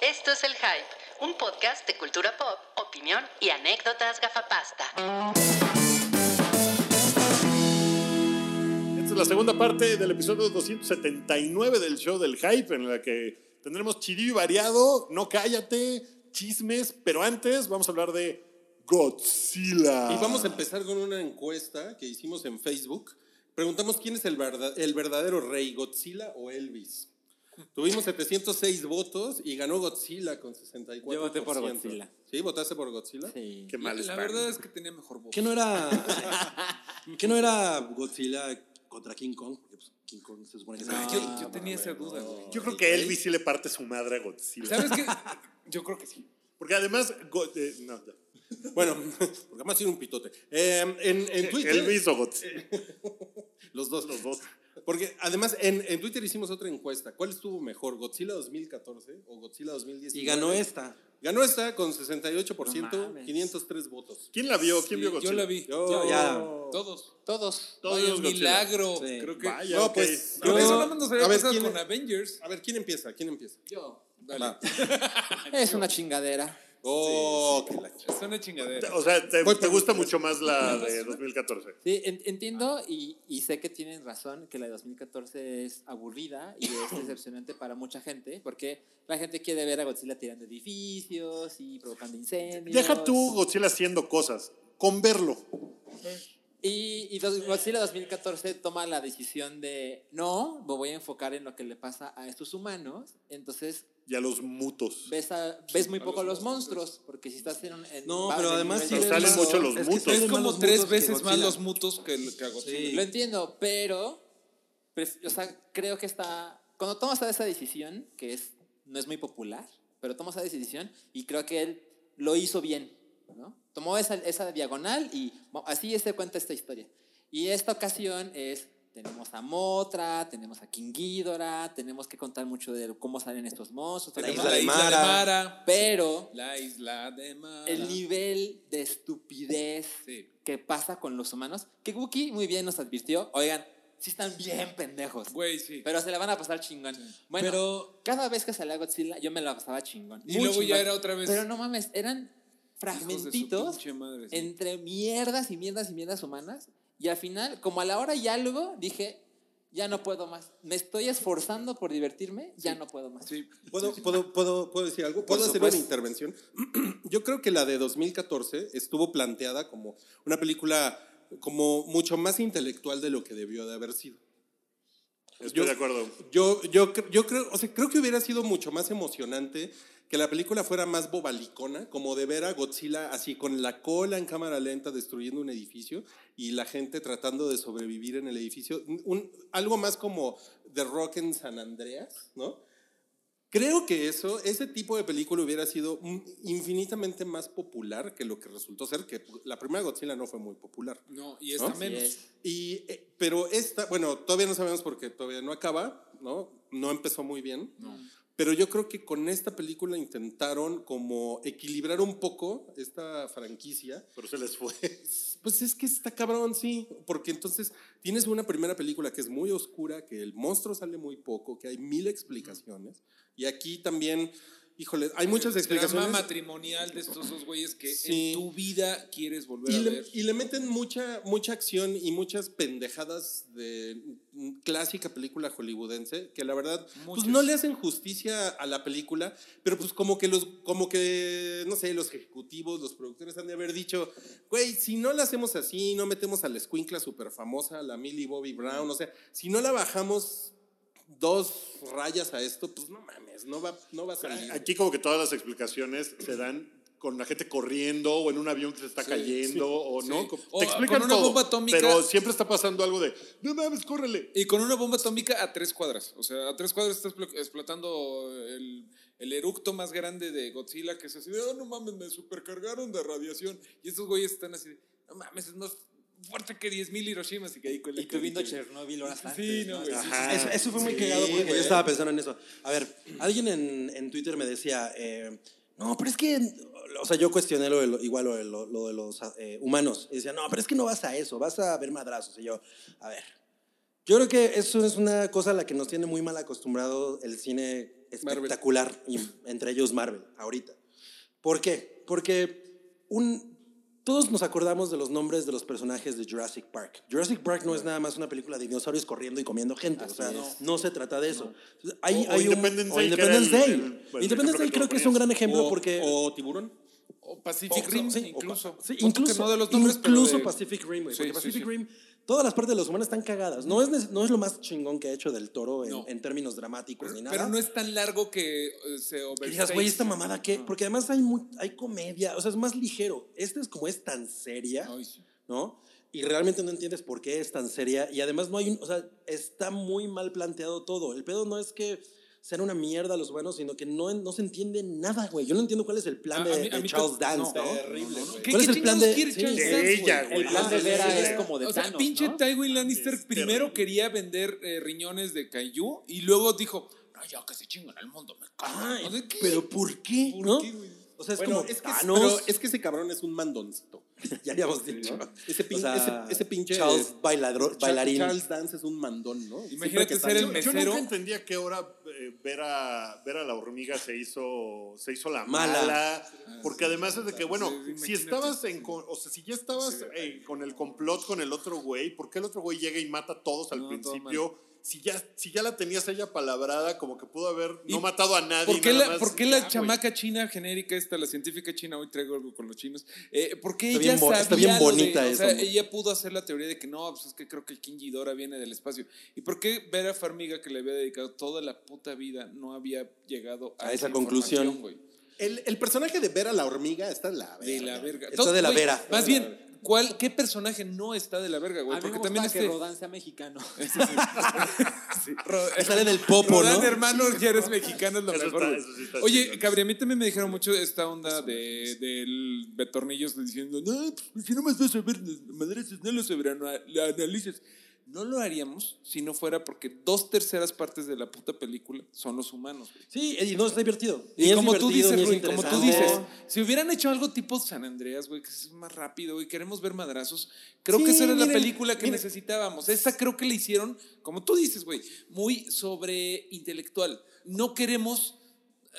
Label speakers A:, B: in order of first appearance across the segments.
A: Esto es El Hype, un podcast de cultura pop, opinión y anécdotas gafapasta.
B: Esta es la segunda parte del episodio 279 del show del hype, en la que tendremos chidillo y variado, no cállate, chismes, pero antes vamos a hablar de Godzilla.
C: Y vamos a empezar con una encuesta que hicimos en Facebook. Preguntamos quién es el, verda- el verdadero rey, Godzilla o Elvis. Tuvimos 706 votos y ganó Godzilla con 64%.
D: Yo voté por Godzilla.
C: ¿Sí? ¿Votaste por Godzilla?
D: Sí.
B: Qué mal
E: la
B: están.
E: verdad es que tenía mejor voz.
F: ¿Qué no era, ¿qué no era Godzilla contra King Kong? Porque pues, King Kong se supone que es
E: Ah,
F: rey.
E: yo, yo tenía esa duda, güey.
B: Yo creo que Elvis sí le parte su madre a Godzilla.
E: ¿Sabes qué? Yo creo que sí.
B: Porque además, Go- eh, no, no.
C: Bueno, porque además tiene un pitote. Eh, en, en Twitter,
B: Elvis o
E: eh,
B: Godzilla.
C: los dos, los dos. Porque además en, en Twitter hicimos otra encuesta. ¿Cuál estuvo mejor, Godzilla 2014 o Godzilla 2019?
F: Y ganó
E: este.
F: esta.
C: Ganó esta con 68%,
D: No mames.
C: 503 votos.
B: ¿Quién la vio? ¿Quién
E: Sí,
B: vio Godzilla?
E: Yo la vi.
C: Yo-
F: ya.
E: Todos.
D: Todos.
B: Todos
E: Vaya
B: los Godzilla.
E: milagro.
F: Sí.
E: Creo que.
B: Vaya,
C: No,
B: ok.
C: pues,
E: Por
C: yo-
E: eso nada más nos había
C: a ver,
E: pasado
C: ¿quién-
E: con Avengers.
C: A ver, ¿quién empieza? ¿Quién empieza?
E: Yo. Dale.
C: Va.
D: Es una chingadera.
C: Oh, que la ch-
E: Es una chingadera.
B: O sea, te,
C: Voy
B: te
C: por-
B: gusta mucho más la de 2014.
D: Sí, en- entiendo y, y sé que tienen razón que la de 2014 es aburrida y es decepcionante para mucha gente porque la gente quiere ver a Godzilla tirando edificios y provocando incendios.
B: Deja tú Godzilla haciendo cosas, con verlo.
D: Y, y dos- Godzilla 2014 toma la decisión de no, me voy a enfocar en lo que le pasa a estos humanos. Entonces
B: Y a los mutos.
D: ves, a- ves muy poco a los monstruos porque si estás en un. en-
F: No,
D: vas
F: pero
D: en un
F: además
D: evento
F: sí
B: Pero
F: ves
B: salen
F: más-
B: mucho los
F: es que
B: mutos.
F: salen
E: Es
B: Tiene
F: más
E: como
F: los
E: tres
F: mutos que
E: veces más
F: Godzilla.
E: los mutos que, el- que a Godzilla.
F: Sí.
D: Lo entiendo, pero pref- o sea, creo que está. Cuando tomas esa decisión, que es, no es muy popular, pero tomas esa decisión y creo que él lo hizo bien, ¿no? Tomó esa, esa diagonal y bueno, así se cuenta esta historia. Y esta ocasión es, tenemos a Motra, tenemos a King Ghidorah, tenemos que contar mucho de cómo salen estos monstruos,
F: La
D: tenemos-
F: isla de
E: de
F: Mara.
E: Mara.
D: pero
E: La isla de Mara.
D: el nivel de estupidez
E: Sí.
D: que pasa con los humanos, que Wookie muy bien nos advirtió, oigan, sí están bien pendejos,
E: Güey, sí.
D: pero se la van a pasar chingón. Bueno,
E: Pero-
D: cada vez que salía Godzilla yo me la pasaba chingón.
E: Y
D: muy
E: luego ya
D: chingón.
E: era otra vez-
D: Pero no mames, eran fragmentitos
E: pinche madre, sí.
D: entre mierdas y mierdas y mierdas humanas y al final, como a la hora y algo, dije, ya no puedo más. Me estoy esforzando por divertirme, ya no puedo más.
E: Sí.
C: ¿Puedo, puedo, puedo, ¿Puedo decir algo? ¿Puedo hacer una
D: supuesto.
C: intervención? Yo creo que la de 2014 estuvo planteada como una película como mucho más intelectual de lo que debió de haber sido.
B: Estoy
C: Yo-
B: de acuerdo.
C: Yo, yo, cre- yo creo, o sea, creo que hubiera sido mucho más emocionante que la película fuera más bobalicona, como de ver a Godzilla así con la cola en cámara lenta destruyendo un edificio y la gente tratando de sobrevivir en el edificio. Un- un- algo más como The Rock en San Andreas, ¿no? Creo que eso, ese tipo de película hubiera sido mm, infinitamente más popular que lo que resultó ser, que la primera Godzilla no fue muy popular.
E: No, y esta
C: ¿No?
E: menos.
D: Así es.
C: Y, eh, pero esta, bueno, todavía no sabemos porque todavía no acaba, ¿no? No empezó muy bien. Pero yo creo que con esta película intentaron como equilibrar un poco esta franquicia.
B: Pero se les fue.
C: Pues es que está cabrón, sí, porque entonces tienes una primera película que es muy oscura, que el monstruo sale muy poco, que hay mil explicaciones. Y aquí también, híjole, hay muchas explicaciones.
E: Drama matrimonial de estos dos güeyes que
C: Sí.
E: en tu vida quieres volver
C: Y
E: a
C: le,
E: ver.
C: y le meten mucha, mucha acción y muchas pendejadas de mm, clásica película hollywoodense que la verdad pues
E: Muchas.
C: no le hacen justicia a la película, pero pues como que los como que no sé, los ejecutivos, los productores han de haber dicho, güey, si no la hacemos así, no metemos a la escuincla super famosa, la Millie Bobby Brown, o sea, si no la bajamos dos rayas a esto, pues no mames, no va no va a salir.
B: Aquí como que todas las explicaciones se dan con la gente corriendo o en un avión que se está
E: Sí,
B: cayendo o
E: sí.
B: no.
E: O,
B: Te
E: ah,
B: explican
E: con una
B: todo,
E: bomba atómica.
B: Pero siempre está pasando algo de, no mames, córrele.
E: Y con una bomba atómica a tres cuadras. O sea, a tres cuadras estás plo- explotando el, el eructo más grande de Godzilla, que es así de, oh, no mames, me supercargaron de radiación. Y estos güeyes están así de, no mames, es más fuerte que 10.000 Hiroshima. Así que ahí con la
D: Y tú viendo
E: carita.
D: Chernobyl horas
E: Sí,
D: antes,
E: no,
D: ¿no?
E: güey. sí,
B: Ajá.
E: sí,
F: Eso, eso fue muy
C: Sí,
F: cagado porque
C: güey.
F: yo estaba pensando en eso. A ver, alguien en, en Twitter me decía, eh, no, pero es que, o sea, yo cuestioné lo de lo- igual lo de, lo, lo de los eh, humanos. Y decía, no, pero es que no vas a eso, vas a ver madrazos. Y yo, a ver, Yo creo que eso es una cosa a la que nos tiene muy mal acostumbrado el cine espectacular, y entre ellos Marvel, ahorita. ¿Por qué? Porque un, todos nos acordamos de los nombres de los personajes de Jurassic Park. Jurassic Park no es nada más una película de dinosaurios corriendo y comiendo gente. o sea, no, se trata de eso. Hay,
B: O- o
F: hay un-
B: Independence
F: o
B: Day, que era
F: Independence
B: el-
F: Day.
B: el- el ejemplo
F: Independence
B: que
F: Day
B: tú
F: creo que es un
B: ponías.
F: gran ejemplo
C: o,
F: porque...
C: o tiburón.
E: O Pacific
F: O-
E: Rim,
F: sí, o pa-
E: incluso.
F: sí,
E: Son
F: incluso,
E: que no de los nombres, pero
F: incluso
E: de-
F: Pacific Rim, güey,
E: Sí,
F: porque
E: sí,
F: Pacific
E: sí.
F: Rim, todas las partes de los humanos están cagadas. No es, nece- no es lo más chingón que ha hecho del toro en,
E: No.
F: en términos dramáticos ni nada.
E: Pero no es tan largo que eh, se
F: Que
E: overstay.
F: digas, güey, esta mamada qué. Porque además hay, mu- hay comedia, o sea, es más ligero. Este es como es tan seria,
E: Ay, sí.
F: ¿no? Y realmente no entiendes por qué es tan seria. Y además no hay un. O sea, está muy mal planteado todo. El pedo no es que sean una mierda los humanos, sino que no, no se entiende nada, güey. Yo no entiendo cuál es el plan
E: A-
F: de,
E: a mí- a
F: de
E: mí
F: Charles
E: te-
F: Dance,
E: no, eh,
F: ¿no?
E: horrible, güey.
F: ¿Cuál es el plan de-
E: quiere
F: sí.
E: Charles
B: De
E: Dance,
B: ella,
E: güey?
B: güey.
D: El plan de Vera es como de
E: O sea,
D: Thanos,
E: pinche
D: ¿no?
E: Tywin Lannister
B: Es
E: primero
B: terrible.
E: quería vender eh, riñones de Caillou y luego dijo, no, ya que se chingan al mundo, me cago.
F: Ay,
E: O sea, ¿qué?
F: pero ¿por qué?
E: ¿Por
F: ¿no?
E: qué, güey?
F: O sea, es
C: Bueno,
F: como
C: es que,
F: Thanos.
C: pero es que ese cabrón es un mandoncito.
F: ya habíamos dicho.
C: Ese, pin-
F: O sea,
C: ese, ese pinche.
F: Charles bailadro-
C: Charles-
F: bailarín.
C: Charles Dance es un mandón, ¿no? Siempre
E: Imagínate
C: que
E: ser
C: sale-
E: el
B: Yo-
E: mes-
B: Yo
E: mesero.
B: nunca entendía que ahora eh, ver, a, ver a la hormiga se hizo, se hizo la
F: Mala.
B: mala.
E: Ah,
B: Porque además es de que, bueno,
E: Sí, imagínate.
B: si estabas en. co- O sea, si ya estabas eh, con el complot con el otro güey, ¿por qué el otro güey llega y mata a todos al
E: No, todo
B: principio? Si ya, si ya la tenías ella palabrada, como que pudo haber no matado a nadie.
E: ¿Por qué
B: nada
E: la,
B: más,
E: por qué
B: ya,
E: la
B: güey.
E: chamaca china genérica esta, la científica china, hoy traigo algo con los chinos? Eh, ¿Por qué
F: Está
E: ella
F: bien bo-
E: sabía
F: está bien
E: lo de-
F: bonita
E: o
F: eso,
E: sea,
F: ¿no?
E: ella pudo hacer la teoría de que no, pues es que creo que King Ghidorah viene del espacio. ¿Y por qué Vera Farmiga, que le había dedicado toda la puta vida, no había llegado a,
F: A esa
E: información,
F: conclusión.
E: güey?
C: El, el personaje de Vera la hormiga está en la verga.
E: De la verga.
F: Está de la
E: güey,
F: vera.
E: Más bien, ¿cuál, ¿qué personaje no está de la verga,
D: A mí
E: güey?
D: me
E: Porque
D: gusta
E: también
D: que
E: este.
D: Rodán sea mexicano.
E: Ro-
F: Sale del popo,
E: Rodán,
F: ¿no?
E: hermano, ya eres mexicano, es lo
B: Eso
E: mejor.
B: está-
E: güey.
B: eso sí está
E: Oye,
B: chingón.
E: cabrón, a mí también me dijeron mucho esta onda de, del Betornillos diciendo, no, pues, si no me vas a ver las madrazas, no lo analices. No lo haríamos si no fuera porque dos terceras partes de la puta película son los humanos. güey.
F: Sí, y no es divertido. Ni
E: Y
F: es
E: como tú
F: divertido,
E: dices,
F: ni es
E: Ruin, como tú
F: interesante.
E: dices, si hubieran hecho algo tipo San Andreas, güey, que es más rápido y queremos ver madrazos, creo
F: Sí,
E: que esa era la
F: miren,
E: película que
F: miren.
E: necesitábamos. Esa creo que la hicieron, como tú dices, güey, muy sobre intelectual. No queremos. eh,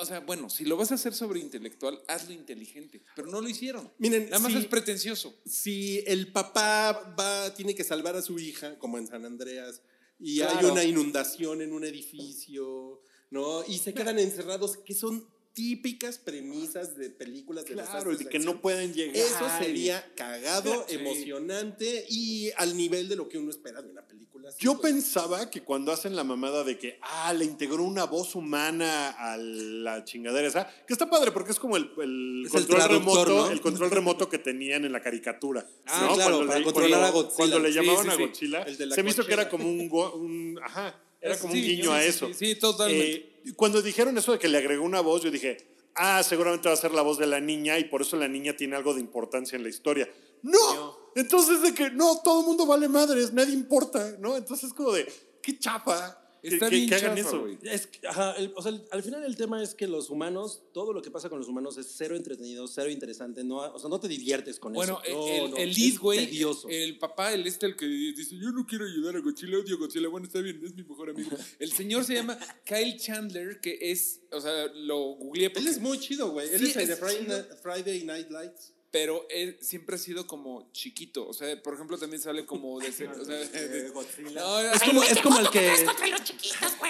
E: o sea, bueno, si lo vas a hacer sobre intelectual, hazlo inteligente. Pero no lo hicieron.
C: Miren,
E: Nada más
C: sí.
E: es pretencioso.
C: si el papá va, tiene que salvar a su hija, como en San Andreas, y hay
E: Claro.
C: una inundación en un edificio, ¿no? Y se quedan encerrados, que son típicas premisas de películas de
B: Claro,
C: desastres
B: el
C: de
B: que no
C: acción.
B: pueden llegar.
C: Eso sería cagado,
E: Sí.
C: emocionante y al nivel de lo que uno espera de una película. pues, así,
B: Yo
C: güey.
B: pensaba que cuando hacen la mamada de que, ah, le integró una voz humana a la chingadera esa, que está padre porque es como el, el
F: Es el
B: control
F: traductor,
B: remoto,
F: ¿no?
B: el control remoto que tenían en la caricatura.
F: Ah, claro, para
B: le-
F: controlar a Godzilla.
B: Cuando le
E: Sí,
B: llamaban
E: sí,
B: a
E: sí.
B: Godzilla,
C: El de la
B: se me hizo que
C: cochera.
B: era como un, go- un- ajá, era como
E: Sí,
B: un guiño a
E: sí, sí,
B: eso.
E: Sí, sí, totalmente.
B: Eh, cuando dijeron eso de que le agregó una voz, yo dije, ah, seguramente va a ser la voz de la niña y por eso la niña tiene algo de importancia en la historia. ¡No! Entonces de que no, todo el mundo vale madres, nadie importa, ¿no? Entonces es como de, qué chapa que-
E: Está
B: que,
E: bien
B: que hagan
E: chafa,
B: eso.
E: güey.
F: Es que, ajá, el- o sea, el- al final el tema es que los humanos, todo lo que pasa con los humanos es cero entretenido, cero interesante. No, o sea, no te diviertes con
E: Bueno, e, eh,
F: eso. No,
E: el, el,
F: no,
E: el
F: es
E: lead, güey,
F: tedioso.
E: el papá, el este, el que dice, yo no quiero ayudar a Godzilla, odio a Godzilla, bueno, está bien, es mi mejor amigo. El señor se llama Kyle Chandler, que es, o sea, lo googleé,
C: Él
E: porque-
C: es muy chido, güey. Él
E: Sí,
C: es el de
E: es
C: Friday,
E: chido.
C: Night- Friday Night Lights.
E: pero él siempre ha sido como chiquito, o sea, por ejemplo, también sale como de... o sea, de- No,
F: es, como, es como el que.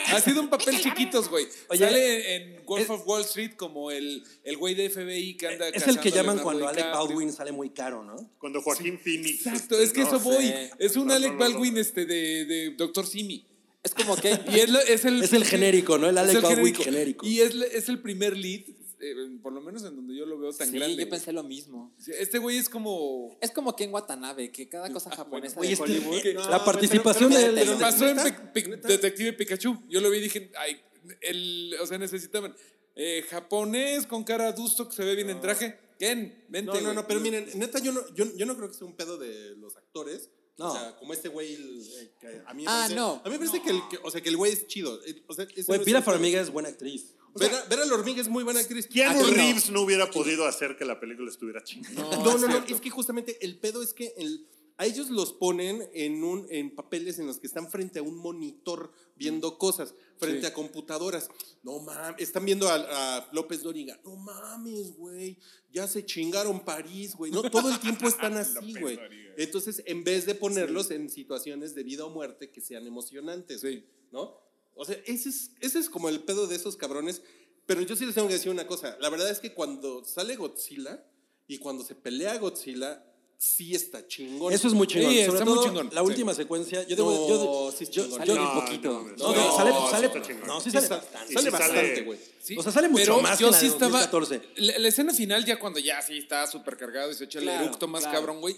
E: ha sido un papel chiquitos, güey.
F: Oye,
E: Sale en Wolf
F: es-
E: of Wall Street como el el güey de FBI que anda
F: Es el
E: cazando a
F: que llaman
E: Leonardo
F: cuando Alec
E: DiCaprio.
F: Baldwin sale muy caro, ¿no?
B: Cuando Joaquín Phoenix. este,
E: Exacto, es que
B: no
E: eso voy.
B: sé.
E: Es un
B: No,
E: Alec
B: no, no, no.
E: Baldwin este de, de Doctor Simi.
D: Es como que
E: Y es, la- es el,
F: Es el genérico, ¿no? El
E: es
F: Alec
E: el
F: Baldwin genérico.
E: Y es, la- es el primer lead, eh, por lo menos en donde yo lo veo tan
D: sí,
E: grande.
D: yo pensé lo mismo.
E: güey. Este güey es como.
D: Es como que en Watanabe, que cada cosa japonesa
F: Oye,
D: de
F: este-
D: Hollywood-
F: eh,
C: No,
F: la
C: güey,
F: participación
D: pero-
F: de.
D: pero-
F: de-
E: Pasó en
C: ¿Neta?
E: Pic- Pic- Detective Pikachu. Yo lo vi y dije, ay, el, o sea, necesitaban eh, japonés con cara adusto que se ve bien en traje. Ken, vente.
C: No, no,
E: güey.
C: no, pero miren, neta, yo no, yo, yo no creo que sea un pedo de los actores.
F: No.
C: O sea, como este güey, el- eh, que a mí me
D: Ah,
C: parece,
D: no.
C: A mí me parece que, el, que- o sea, que el güey es chido. Eh, O sea, ese
F: Güey,
C: no es
F: Vera
C: el pedo.
F: Farmiga es buena actriz.
C: O sea, Vera, Vera la hormiga es muy buena actriz. Ah,
B: Keanu
C: Aquí no.
B: Reeves no hubiera podido hacer que la película estuviera chingada.
C: No, no, no, es que justamente el pedo es que el, a ellos los ponen en, un, en papeles en los que están frente a un monitor viendo cosas, frente
E: Sí.
C: a computadoras. No mames, están viendo a, a López Dóriga. No mames, güey, ya se chingaron París, güey. No, todo el tiempo están así,
B: López
C: güey.
B: Dóriga.
C: Entonces, en vez de ponerlos en situaciones de vida o muerte que sean emocionantes,
E: Sí.
C: ¿no? O sea, ese es, ese es como el pedo de esos cabrones. Pero yo sí les tengo que decir una cosa. La verdad es que cuando sale Godzilla y cuando se pelea Godzilla, sí está chingón.
F: Eso es muy chingón.
E: Sí,
F: Sobre
E: está muy
F: todo,
E: chingón,
F: la
E: sí.
F: última secuencia. Yo debo.
C: No,
F: yo,
C: sí es
F: yo-
C: chingón.
D: Sale
F: yo-
D: un
B: No,
D: poquito.
B: no, no,
F: no,
B: no,
F: no, sale,
B: sí
F: sale-
B: está chingón.
F: no,
C: Sí
F: sí sale
C: sa-
F: bastante.
C: sale
B: sí sale.
C: bastante, güey.
E: Sí,
F: O sea, sale mucho
E: pero
F: más
E: yo
F: que la
E: sí
F: de
E: estaba,
F: 2014.
E: La, la escena final, ya cuando ya sí está súper cargado y se echa
D: Claro,
E: el eructo más
D: claro.
E: cabrón, güey.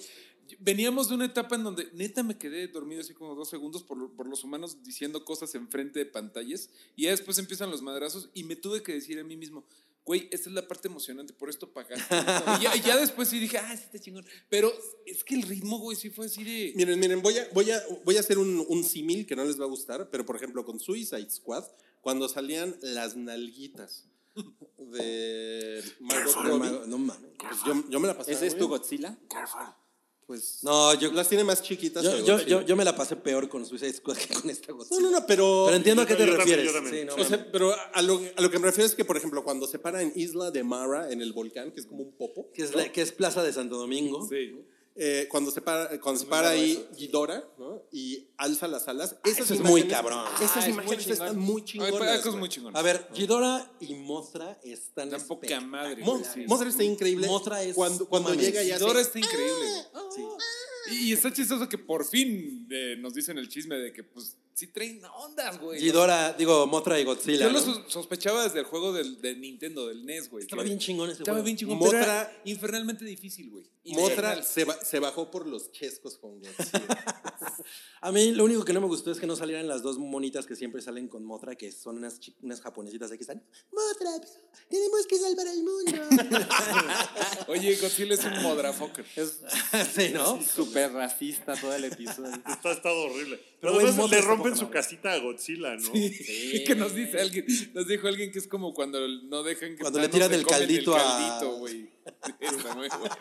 E: Veníamos de una etapa en donde neta me quedé dormido así como dos segundos por, lo- por los humanos diciendo cosas enfrente de pantallas y ya después empiezan los madrazos y me tuve que decir a mí mismo, güey, esta es la parte emocionante, por esto pagaste. y ya, y ya después sí dije, ah, sí está chingón. Pero es que el ritmo, güey, sí fue así de...
C: Miren, miren, voy a, voy a, voy a hacer un, un símil que no les va a gustar, pero por ejemplo con Suicide Squad, cuando salían las nalguitas de Margot
F: No,
C: Robbie,
F: ma- no mames.
C: pues yo, yo me la pasé.
D: ¿Ese es tu Godzilla?
C: Pues,
F: No, yo,
C: las tiene más chiquitas.
F: yo,
C: que
F: yo,
C: Godzilla.
F: yo- yo me la pasé peor con Suicide Squad que con esta
C: no,
F: Godzilla.
C: no, no, pero...
F: Pero entiendo a
B: Yo-
F: qué te
B: yo también,
F: refieres.
B: yo también.
F: Sí, no
C: O sea,
F: mames.
C: pero a lo, a lo que me refiero es que, por ejemplo, cuando se para en Isla de Mara, en el volcán, que es como un popo,
F: que, es la- que es Plaza de Santo Domingo.
E: Sí.
C: eh, cuando se para, cuando se para ahí Ghidorah, ¿no? Y alza las alas. Esas
F: eso es muy
C: imágenes-
F: cabrón.
C: Esas
D: Ah, es muy
C: imágenes
D: chingón.
C: están muy
E: Ay,
C: chingonas.
E: Paco es
C: güey.
E: muy chingón.
F: A ver, Ghidorah y Mothra están
E: Tan poca madre,
C: Mo-
E: güey, sí.
C: Mothra está increíble.
F: Mothra es-
C: Cuando, cuando
F: mames.
C: llega y hace... "Ah,
E: Dora está increíble.
F: Sí.
E: Y, y está chistoso que por fin eh, nos dicen el chisme de que, pues, sí traen ondas, güey.
F: Ghidorah, digo, Mothra y Godzilla.
E: Yo lo
F: ¿no?
E: sos- sospechaba desde el juego del, de Nintendo, del NES, güey.
F: Estaba
E: que
F: bien chingón ese
E: Estaba
F: juego.
E: bien chingón,
C: Mothra-
E: pero era infernalmente difícil, güey.
C: Mothra
E: Infernal.
C: se, ba- se bajó por los chescos con Godzilla.
F: A mí lo único que no me gustó es que no salieran las dos monitas que siempre salen con Mothra, que son unas, chi- unas japonesitas ahí que están. Mothra, tenemos que salvar al mundo.
E: Oye, Godzilla es un modrafucker.
F: sí, ¿no?
D: Súper racista todo el episodio.
B: Está, está horrible. Pero
F: Pero, güey,
B: además
F: Mothra
B: le
F: está
B: rompen
F: poca
B: su
F: madre.
B: casita a Godzilla, ¿no?
E: Y que nos dice alguien, nos dijo alguien que es como cuando no dejan que
F: Cuando le
E: Thanos
F: tiran
E: se
F: el
E: come
F: caldito a-
E: caldito, güey. Está muy bueno.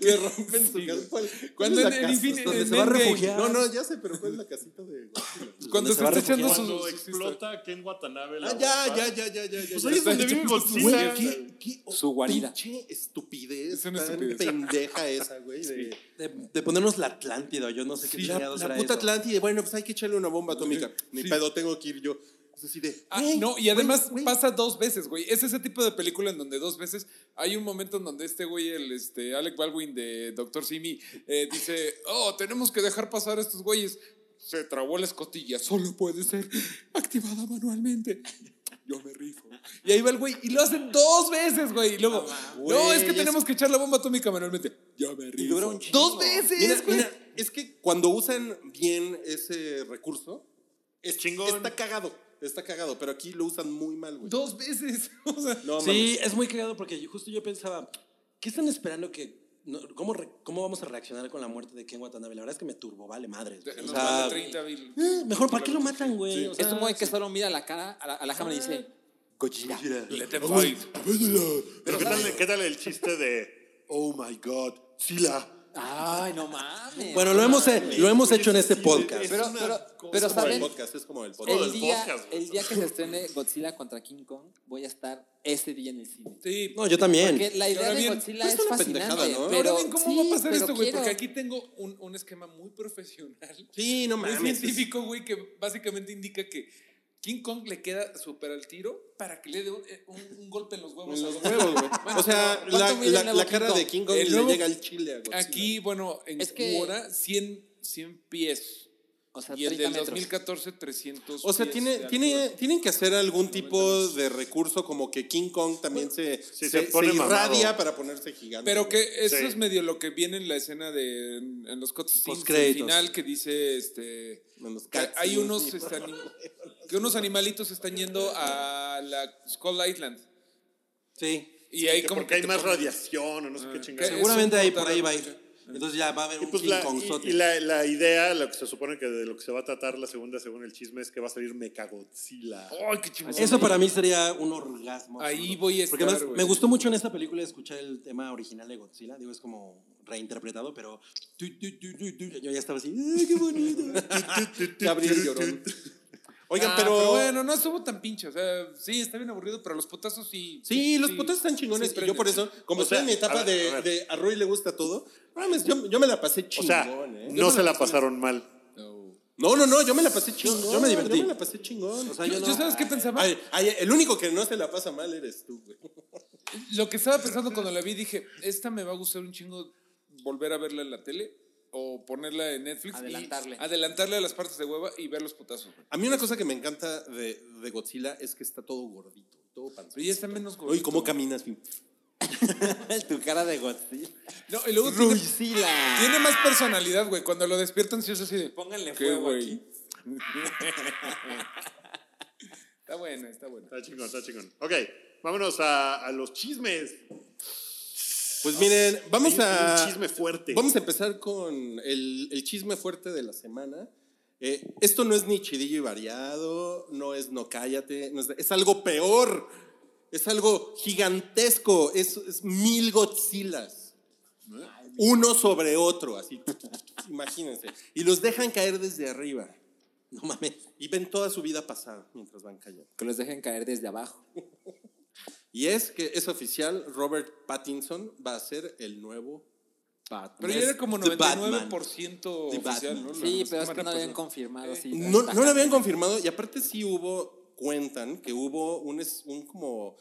C: Le rompen su
E: Sí,
C: casa.
E: güey.
C: ¿Cuál- cuál
E: Cuando
C: es la
E: en- en
C: casa?
E: Infin-
F: donde
E: en
F: se va a
E: Endgame.
F: refugiar.
C: No, no, ya sé, pero ¿cuál es la casita de Godzilla?
E: Cuando
F: Donde se
E: se
F: va
E: está echando
F: refugiando.
E: su...
B: Cuando
E: su- su-
B: explota Ken Watanabe la
C: Ah, ya,
B: bomba,
C: ya, ya, ya, ya. ya,
B: Pues
C: ya.
B: ahí es donde
E: Está
B: vive
E: hecho con su
C: Güey,
B: Godzilla.
C: qué, qué
D: Su guarida.
C: pinche estupidez.
E: Es una
C: tan
E: estupidez.
C: pendeja esa, güey. de-
F: De, de ponernos la Atlántida, yo no sé qué
C: Sí, la,
F: chingados
C: la
F: era
C: puta
F: eso.
C: Atlántida, bueno, pues hay que echarle una bomba atómica. Ni
E: Sí.
C: pedo, tengo que ir yo. Es así de.
E: Ah,
C: güey,
E: no, y además
C: güey, güey.
E: pasa dos veces, güey. Es ese tipo de película en donde dos veces hay un momento en donde este güey, el este, Alec Baldwin de Doctor Simi, eh, dice, oh, tenemos que dejar pasar a estos güeyes. Se trabó la escotilla, solo puede ser activada manualmente. Yo me rifo. Y ahí va el güey y lo hacen dos veces, güey. Y luego, no,
F: Ah,
C: Güey,
E: es que
C: es-
E: tenemos que echar la bomba atómica manualmente. Yo me rifo.
F: dura un chingo.
E: dos veces,
C: Mira,
E: güey.
C: mira, es que cuando usan bien ese recurso, es
B: Chingón.
C: Está cagado, está cagado, pero aquí lo usan muy mal, güey.
E: Dos veces. O sea,
C: No, mames.
F: Sí, es muy cagado porque yo- justo yo pensaba, ¿qué están esperando que.? no- ¿Cómo, re- ¿Cómo vamos a reaccionar con la muerte de Ken Watanabe? La verdad es que me turbo, vale madres. güey. O
E: nos
F: sea,
E: vale 30 mil.
F: eh, mejor, ¿para qué lo matan, güey? O sea,
D: Es un güey que solo mira la cara, a la, a la cámara y dice, Godzilla.
E: Let them fight.
B: Pero ¿qué tal, qué tal el chiste de Oh my God, Sila?
D: Ay, no mames.
F: Bueno, lo hemos, eh, lo hemos hecho en este
B: Sí,
F: podcast.
B: es
D: Pero-
B: una
D: pero-
B: cosa-
D: pero
C: es como el
D: ¿saben?
C: podcast, es como el podcast.
D: el
B: del
D: día,
B: podcast, güey.
D: el día que se estrene Godzilla contra King Kong, voy a estar ese día en el cine.
E: Sí,
F: No, yo también.
D: Porque la idea
E: Ahora
D: de
E: bien,
D: Godzilla
C: pues
D: es
C: es una
D: fascinante.
C: pendejada, ¿no?
D: Pero
E: Ahora bien, ¿cómo
D: sí,
E: va a pasar
D: pero
E: esto, güey?
D: quiero-
E: Porque aquí tengo un, un esquema muy profesional,
C: Sí, no
E: muy
C: mames. es-
E: científico, güey, que básicamente indica que King Kong le queda súper al tiro para que le dé un, eh, un- un golpe en los huevos.
C: En
E: a
C: los
E: Godzilla.
C: huevos, güey. O sea,
D: ¿cuánto
C: la,
D: mide el
C: la-
D: nuevo
C: la
D: King
C: cara
D: Kong?
C: de King Kong
E: El
C: le
E: nuevo-
C: llega al chile a Godzilla.
E: Aquí, bueno, en
D: Es que-
E: Zamora, 100, 100 pies.
D: O sea,
E: y el
D: 30
E: del
D: metros.
E: 2014, 300
C: O sea,
E: pies
C: tiene,
E: de
C: tiene,
E: altura.
C: tienen que hacer algún tipo de recurso como que King Kong también se,
B: Sí,
C: se,
B: se pone
C: se irradia
B: mamado.
C: para ponerse gigante.
E: Pero que eso
B: Sí.
E: es medio lo que viene en la escena de en, en los cutscenes del
F: Postcréditos.
E: final que dice este
C: En los
E: que hay
C: cutscenes,
E: unos
C: sí.
E: este, anim- que unos animalitos están yendo a la Skull Island
F: Sí.
E: y ahí
B: que
E: como
B: porque
E: que
B: hay
E: te
B: más
E: ponen-
B: radiación o no sé qué
E: Ah,
B: chingada.
E: que-
F: Seguramente
E: es un
F: ahí por ahí va a
E: portal-
F: ir. Entonces ya va a haber
B: Y,
F: un
B: pues
F: King
B: la,
F: Kongzote.
B: y- y la- la idea, lo que se supone que de lo que se va a tratar la segunda, según el chisme, es que va a salir Mechagodzilla.
E: ¡Ay, qué chingón!
F: Eso para mí sería un orgasmo.
E: Ahí
F: absoluto.
E: voy a
F: Porque
E: estar,
F: además,
E: güey.
F: me gustó mucho en esta película escuchar el tema original de Godzilla. Digo, es como reinterpretado, pero tu, tu, tu, tu, tu. yo ya estaba así, ¡ay, qué bonito!
C: Gabriel Llorón.
B: Oigan,
E: Ah,
B: pero,
E: bueno, no estuvo tan pinche. O sea, sí, está bien aburrido, pero los potazos sí.
C: Sí, los potazos están chingones.
E: Sí,
C: y yo por eso, como
B: O
C: estoy
B: sea,
C: en mi etapa
B: a ver, a
C: de,
B: ver.
C: de a Rui le gusta todo, mames, yo, yo me la pasé
B: o
C: chingón,
B: sea,
C: ¿eh? Yo
B: no
C: me
B: se la pasaron mal.
E: No.
C: No, no, no, yo me la pasé chingón.
F: yo me divertí.
C: Yo me la pasé chingón.
F: O sea,
E: Yo,
F: yo, no-
E: yo sabes qué pensaba?
C: Ay, ay, el único que no se la pasa mal eres tú, güey.
E: Lo que estaba pensando cuando la vi, dije, esta me va a gustar un chingo volver a verla en la tele o ponerla en Netflix. y
D: Adelantarle.
E: adelantarle a las partes de hueva y ver los potazos. güey.
C: A mí una cosa que me encanta de, de Godzilla es que está todo gordito, todo panzón.
E: Pero ya está menos
C: Oye,
E: gordito.
C: ¿cómo caminas? fin?
D: tu cara de Godzilla.
E: No, y luego tiene,
D: Ruizila.
E: tiene más personalidad, güey. Cuando lo despiertan, sí es así de.
D: Pónganle
E: ¿Qué,
D: fuego
E: güey?
D: aquí.
E: Está buena, está buena.
B: Está chingón, está chingón. Ok, vámonos a, a los chismes.
C: Pues miren, vamos
B: Hay un-
C: a...
B: Un chisme fuerte.
C: Vamos a empezar con el, el chisme fuerte de la semana. Eh, esto no es ni chidillo y variado, no es no cállate, no es, es algo peor, es algo gigantesco, es, es mil Godzillas, uno sobre otro, así, imagínense. Y los dejan caer desde arriba
F: no mames.
C: y ven toda su vida pasada mientras van cayendo.
D: Que los dejen caer desde abajo.
C: Y es que es oficial, Robert Pattinson va a ser el nuevo
E: Pero ya
F: Es
E: era como
F: The Batman.
E: 99%
F: The
E: oficial,
F: Batman.
E: ¿no?
D: Sí,
E: La
D: pero pues, es
E: semana
D: que no lo habían
E: pasada.
D: confirmado. sí,
C: Eh, No,
D: está-
C: no lo habían confirmado y aparte sí hubo, cuentan que hubo un, es- un como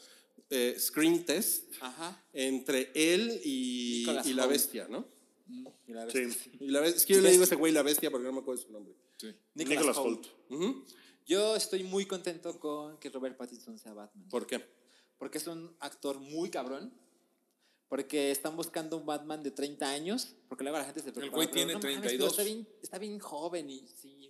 C: eh, screen test
D: Ajá.
C: entre él y,
D: Nicolas
C: y la
D: Hoult.
C: bestia, ¿no?
D: Y la
B: Sí.
D: bestia.
C: Y la bes- es que yo le digo a ese güey la bestia porque no me acuerdo de su nombre.
E: Sí.
D: Nicholas
B: Nicholas
D: Hoult.
B: Holt.
C: Ujú.
D: Yo estoy muy contento con que Robert Pattinson sea Batman.
C: ¿Por qué?
D: Porque es un actor muy cabrón. Porque están buscando un Batman de 30 años. Porque luego la gente se preocupa.
E: güey
D: pero
E: tiene
D: no mames, pero
E: 32.
D: está, bien, está bien joven y sí.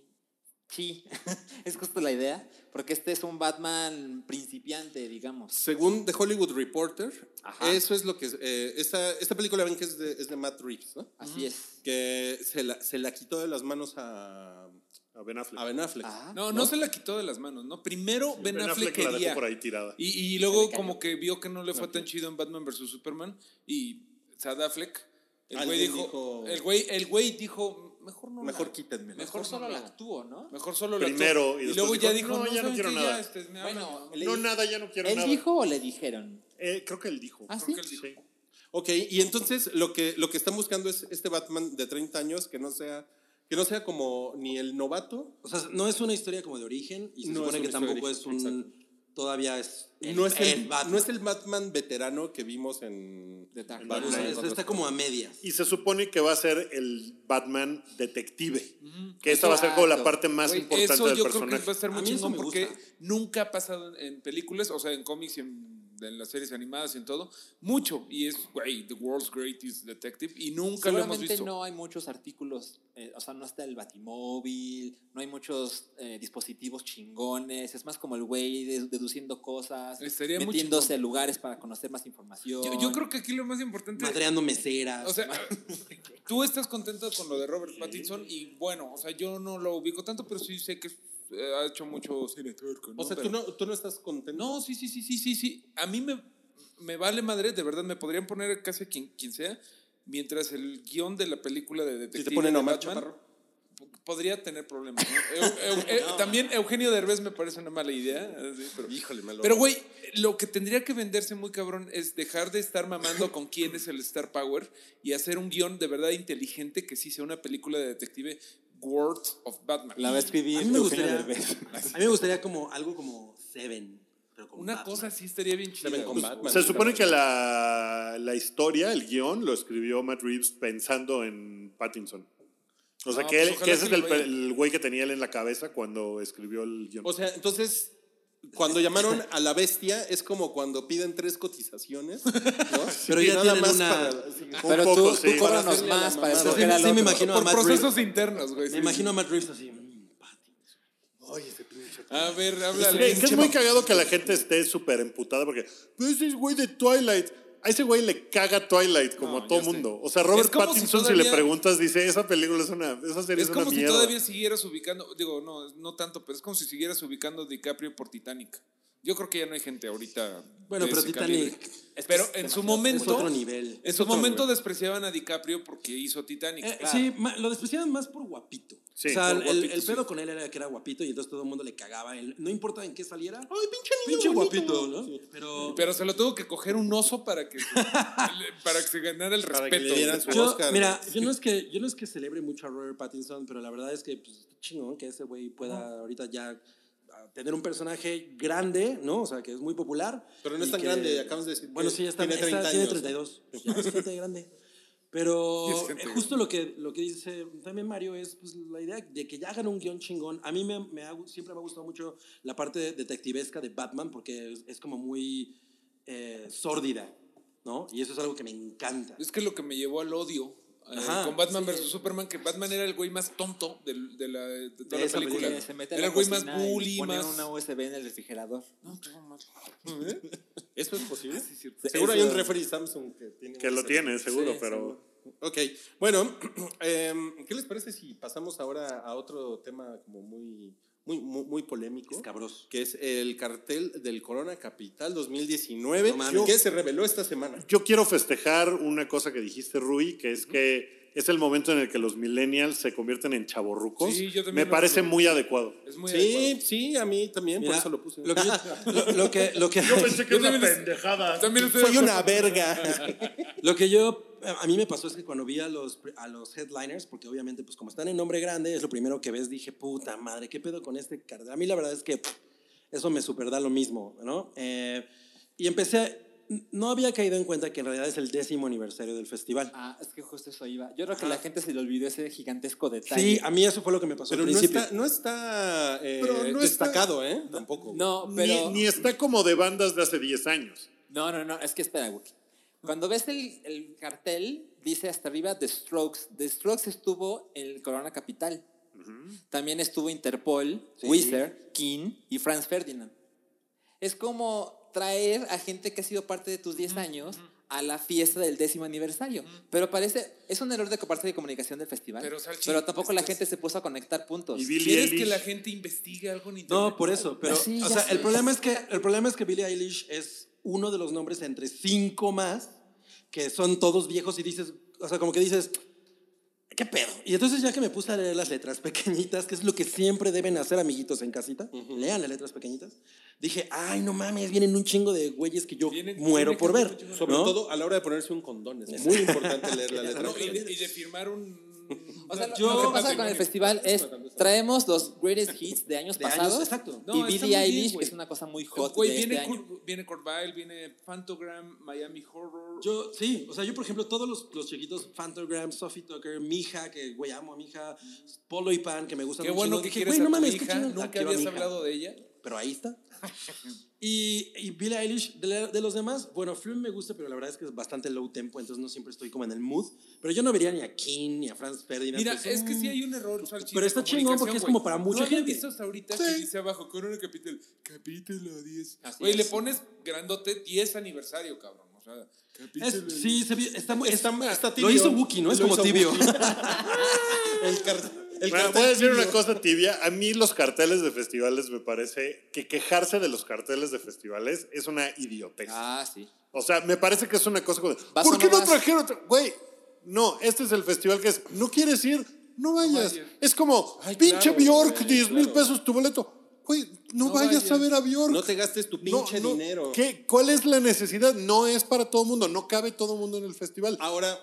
D: Sí, es justo la idea. Porque este es un Batman principiante, digamos.
C: Según The Hollywood Reporter,
D: Ajá.
C: eso es lo que... es- eh, esta, esta película ven que es de, es de Matt Reeves, ¿no?
D: Así es.
C: Que se la, se la quitó de las manos a,
B: A Ben Affleck.
C: a Ben Affleck.
D: Ajá.
E: No, no, se la quitó de las manos, ¿no? Primero Ben,
B: Ben
E: Affleck,
B: Affleck la
E: quería.
B: dejó por ahí tirada.
E: Y, y
D: Se
E: luego
D: le cayó.
E: como que vio que no le fue tan chido en Batman vs. Superman y Sad Affleck, el güey
C: Alguien
E: dijo,
C: dijo-
E: el güey, el güey dijo, mejor no
C: Mejor
E: la-
C: quítenme.
D: Mejor
E: mejor
D: solo
E: no
D: la
E: la-
D: actúo, ¿no?
E: Mejor solo la
B: Primero,
E: actuó.
B: y
E: y
B: después
E: luego ya dijo,
B: dijo,
E: no,
B: "No, ya no
E: ¿saben
B: quiero
E: qué?
B: nada".
E: Ya, este, me hablan.
D: Bueno, le
B: No,
D: dijo-
B: nada, ya no quiero
D: ¿Él
B: nada.
D: dijo o le dijeron?
B: Eh, creo que él dijo.
D: Ah,
E: Creo
D: sí.
E: que él dijo.
B: Sí.
C: Ok, y entonces lo que, lo que están buscando es este Batman de 30 años que no sea, que no sea como ni el novato.
F: O sea, no es una historia como de origen y se
C: No es una
F: supone que
C: historia de
F: tampoco
C: origen,
F: es un... Todavía es...
C: no, es el,
F: Batman.
C: no es el Batman veterano que vimos en...
D: De Dark
C: en
F: O
C: Batman.
F: sea, está- está como a medias.
B: Y se supone que va a ser el Batman detective. Que esta va a ser como la
D: Exacto.
B: parte más
E: Güey,
B: importante
E: eso
B: del
E: yo creo que
B: personaje.
E: va a estar muy
F: A mí eso
E: chingón
F: me
E: porque
F: gusta.
E: nunca ha pasado en películas, o sea, en cómics y en, en las series animadas y en todo, mucho. Y es, güey, The World's Greatest Detective y nunca lo hemos
D: Seguramente
E: visto.
D: no hay muchos artículos, eh, o sea, no está el batimóvil, no hay muchos eh, dispositivos chingones, es más como el güey de- deduciendo cosas,
E: Estaría Eh, muy
D: metiéndose a
E: chingón.
D: lugares para conocer más información.
E: Yo, yo creo que aquí lo más importante
F: Madreando meseras.
E: O sea, tú estás contento con lo de Robert Pattinson y bueno, o sea, yo no lo ubico tanto, pero sí sé que eh, ha hecho mucho cine turco,
C: O sea,
E: Pero-
C: ¿tú no, tú no estás contento.
E: No, sí, sí, sí, sí, sí, sí. A mí me, me vale madre, de verdad, me podrían poner casi a quien, quien sea, mientras el guión de la película de Detective
C: Si te ponen
E: de
C: Omar
E: Batman,
C: Chaparro.
E: p- podría tener problemas. ¿no? Eu- eu- eu- También Eugenio Derbez me parece una mala idea. así, pero-
C: Híjole, me lo...
E: pero, güey, lo que tendría que venderse muy cabrón es dejar de estar mamando con quién es el Star Power y hacer un guión de verdad inteligente que sí sea una película de detective Words of Batman.
D: la va a
F: a
D: escribir
F: mí me
D: Eugenio
F: gustaría...
D: Derbez.
F: A mí me gustaría como algo como Seven. pero con
E: Una
F: Batman.
E: cosa sí estaría bien chida.
C: ven con
E: güey.
C: Batman.
B: Se supone que la, la historia, el guión, lo escribió Matt Reeves pensando en Pattinson. O sea,
E: Ah,
B: que,
E: pues
B: él-
E: ojalá
B: que ese
E: que
B: es
E: le
B: el,
E: vaya.
B: el güey que tenía él en la cabeza cuando escribió el guión.
C: O sea, entonces, cuando llamaron a la bestia, es como cuando piden tres cotizaciones, ¿no?
F: Pero
C: Y
F: ya
C: nada
F: tienen
C: más
F: una-
C: para- sí.
B: Un
D: Pero
B: poco,
D: tú,
B: sí.
D: tú cóbranos
C: hacerle la
D: más para
C: mamada.
F: Sí,
D: escoger al
F: sí me
D: otro.
F: imagino a
E: Por
F: Matt
E: procesos
F: Reeves.
E: internos, güey.
F: Me
E: sí.
F: imagino a Matt Reeves así. mm,
E: A Ah, ver,
B: Sí,
E: háblale.
B: "Pues que es muy cagado que la gente esté súper emputada porque "Pero ese es güey de Twilight. a ese güey le caga Twilight como
E: No,
B: a todo
E: ya sé.
B: mundo. O sea, Robert
E: Es como si
B: Pattinson, si, le
E: todavía-
B: preguntas, dice, esa película es una, esa serie es,
E: Es como
B: una
E: si
B: mierda.
E: todavía siguieras ubicando, digo, no, no tanto, pero es como si siguieras ubicando DiCaprio por Titanic. Yo creo que ya no hay gente ahorita.
F: Bueno,
E: de
F: pero
E: ese
F: Titanic
E: calibre.
D: es
E: Pero
D: que es
E: en su
D: demasiado-
F: es
E: momento.
F: otro nivel.
E: En su
F: Otro
E: momento
F: nivel.
E: despreciaban a DiCaprio porque hizo Titanic.
F: Eh, Sí, ma- lo despreciaban más por guapito.
B: Sí,
F: o sea,
E: por
F: el, el
E: guapito, sí.
F: pedo con él era que era guapito y entonces todo el mundo le cagaba. él. no importa en qué saliera. ¡Ay, pinche
C: niño bonito!
F: guapito, ¿no? Pero,
E: Pero se lo tuvo que coger un oso para que, para que se ganara el
C: Para que le
E: respeto.
C: dieran su-
F: yo,
C: Oscar,
F: mira, yo no, es que, yo no es que celebre mucho a Robert Pattinson, pero la verdad es que pues, qué chingón que ese güey pueda ahorita ya ah, tener un personaje grande, ¿no? O sea, que es muy popular.
C: Pero no es
F: y
C: tan
F: que-
C: grande, acabamos de decir
F: Bueno,
C: que
F: sí, está,
C: tiene 30
F: está- tiene
C: años.
F: 32. Ya, es gente grande. Pero
E: Sí, es gente
F: eh, justo lo que, lo que dice también Mario es pues, la idea de que ya hagan un guión chingón. A mí me, me ha gu- siempre me ha gustado mucho la parte detectivesca de Batman porque es, es como muy eh, sórdida, ¿no? Y eso es algo que me encanta.
E: Es que lo que me llevó al odio eh,
F: Ajá,
E: con Batman
F: sí.
E: vs Superman, que Batman era el güey más tonto del- de, la, de toda
F: De
E: la
F: esa
E: película.
F: película.
D: Se mete a
E: Era el
D: la
E: güey más
D: cocina y
E: bully,
D: poner
E: más.
D: una USB en el refrigerador.
C: ¿Eso es posible?
D: Sí,
C: Ah, Seguro hay
D: eso-
C: un referee Samsung que tiene.
B: Que
C: un
B: lo
C: celular.
B: tiene, seguro,
D: Sí,
B: pero...
D: seguro.
C: Ok, bueno, em, ¿qué les parece si pasamos ahora a otro tema como muy, muy, muy, muy polémico?
F: Escabroso.
C: que es el cartel del Corona Capital 2019,
F: No mames.
C: que se reveló esta semana.
B: Yo quiero festejar una cosa que dijiste, Rui, que es que es el momento en el que los millennials se convierten en chavorrucos.
E: Sí, yo también
B: Me
E: lo
B: parece
E: creo.
B: muy adecuado.
E: Es muy
C: sí,
E: adecuado.
C: sí, a mí también,
F: Mira,
C: por eso lo puse.
F: Lo que, yo- lo- lo que, lo que-
E: que era una
B: pendejada.
E: También estoy de
C: Soy
E: acuerdo.
C: una verga.
F: Lo que yo, a mí me pasó es que cuando vi a los, a los headliners, porque obviamente, pues como están en nombre grande, es lo primero que ves, dije, puta madre, ¿qué pedo con este cartel? A mí la verdad es que pff, eso me super da lo mismo, ¿no? Eh, y empecé, no había caído en cuenta que en realidad es el décimo aniversario del festival.
D: Ah, es que justo eso iba. Yo creo que la gente se le olvidó ese gigantesco detalle.
F: sí, a mí eso fue lo que me pasó
C: Pero
F: al
C: no
F: principio.
C: está, no está, eh,
B: Pero no está-
C: destacado, ¿eh? Tampoco.
D: No, pero.
B: Ni, ni está como de bandas de hace 10 años.
D: No, no, no, es que espera, Wookie. Cuando ves el, el cartel, dice hasta arriba The Strokes. The Strokes estuvo en el Corona Capital. También estuvo Interpol,
F: Sí.
D: Wizard, King y Franz Ferdinand. Es como traer a gente que ha sido parte de tus 10 años a la fiesta del décimo aniversario. Pero parece, es un error de parte de comunicación del festival.
E: Pero,
D: Pero,
E: Salchi,
D: tampoco la
E: después-
D: gente se puso a conectar puntos.
B: Y Billie
E: ¿Quieres que
B: Eilish.
E: la gente investigue algo en internet?
F: No, por eso, pero,
D: Sí, ya
F: o sea,
D: sé.
F: el problema, es que, el problema es que Billie Eilish es uno de los nombres entre cinco más que son todos viejos y dices, o sea, como que dices, ¿qué pedo? Y entonces ya que me puse a leer las letras pequeñitas, que es lo que siempre deben hacer amiguitos en casita, lean las letras pequeñitas, dije, ay, no mames, vienen un chingo de güeyes que yo
E: Vienen- tiene
F: muero
E: que
F: por
E: haber
F: ver.
E: un chingo de-
C: Sobre
F: ¿no?
C: todo a la hora de ponerse un condón. Es muy importante leer la letra.
E: No, y, de, y de firmar un.
D: O sea, lo-
F: Yo-
D: lo que pasa con el festival es traemos los greatest hits de años
F: De años,
D: pasados
F: exacto.
E: No,
D: y
E: está
D: Billie
E: muy bien,
D: Eilish
E: güey.
D: es una cosa muy hot
E: Güey,
D: de
E: viene,
D: este año.
E: Kurt- viene Kurt Vile, viene Phantogram, Miami Horror.
F: Yo, sí, o sea, yo por ejemplo, todos los, los chiquitos, Phantogram, Sophie Tucker, Mija, que güey amo a Mija, Polo y Pan, que me gustan
E: Qué
F: un
E: bueno
F: chingo,
E: que
F: dije,
E: quieres
F: güey,
E: a tu
F: qué
E: hija.
F: chingón. Ah,
E: Nunca
F: quiero a mi
E: habías
F: hija.
E: hablado de ella.
F: pero ahí está. Y, y Billie Eilish, de, la- de los demás, bueno, Flume me gusta, pero la verdad es que es bastante low tempo, entonces no siempre estoy como en el mood. Pero yo no vería ni a King ni a Franz Ferdinand.
E: Mira,
F: pues,
E: es que
F: mm,
E: sí hay un error, Salchi,
F: Pero
E: de
F: está chingón porque es
E: comunicación,
F: como para
E: güey.
F: mucha
E: ¿No habían
F: gente.
E: visto hasta ahorita que dice abajo, Corona Capital, capítulo 10.
D: Así
E: Güey,
D: es.
E: le pones grandote 10 aniversario, cabrón. O sea, capítulo
F: es- sí, se vio- está, muy-
C: Está-
F: está-
C: está
F: Lo
C: tibio.
F: hizo Wookie, ¿no? Es
C: Lo
F: como
C: hizo
F: tibio.
C: Wookie. el cartel. El
B: Bueno,
C: cartel
B: voy a decir
C: tibio.
B: una cosa tibia. A mí los carteles de festivales me parece que quejarse de los carteles de festivales es una idiotez.
D: Ah, sí.
B: O sea, me parece que es una cosa como... de,
D: ¿Vas
B: ¿Por
D: o
B: qué
D: no
B: no
D: vas?
B: trajeron? otro? Güey, no, este es el festival que es... ¿No quieres ir? No vayas.
E: vayas.
B: Es como,
E: Ay,
B: pinche
E: claro,
B: Bjork,
E: güey,
B: 10 mil
E: claro.
B: pesos tu boleto. Güey, no,
E: No
B: vayas,
E: vayas.
B: a ver a Bjork.
C: No te gastes tu pinche
B: No, no,
C: dinero.
B: ¿qué? ¿Cuál es la necesidad? No es para todo mundo, no cabe todo mundo en el festival.
C: Ahora,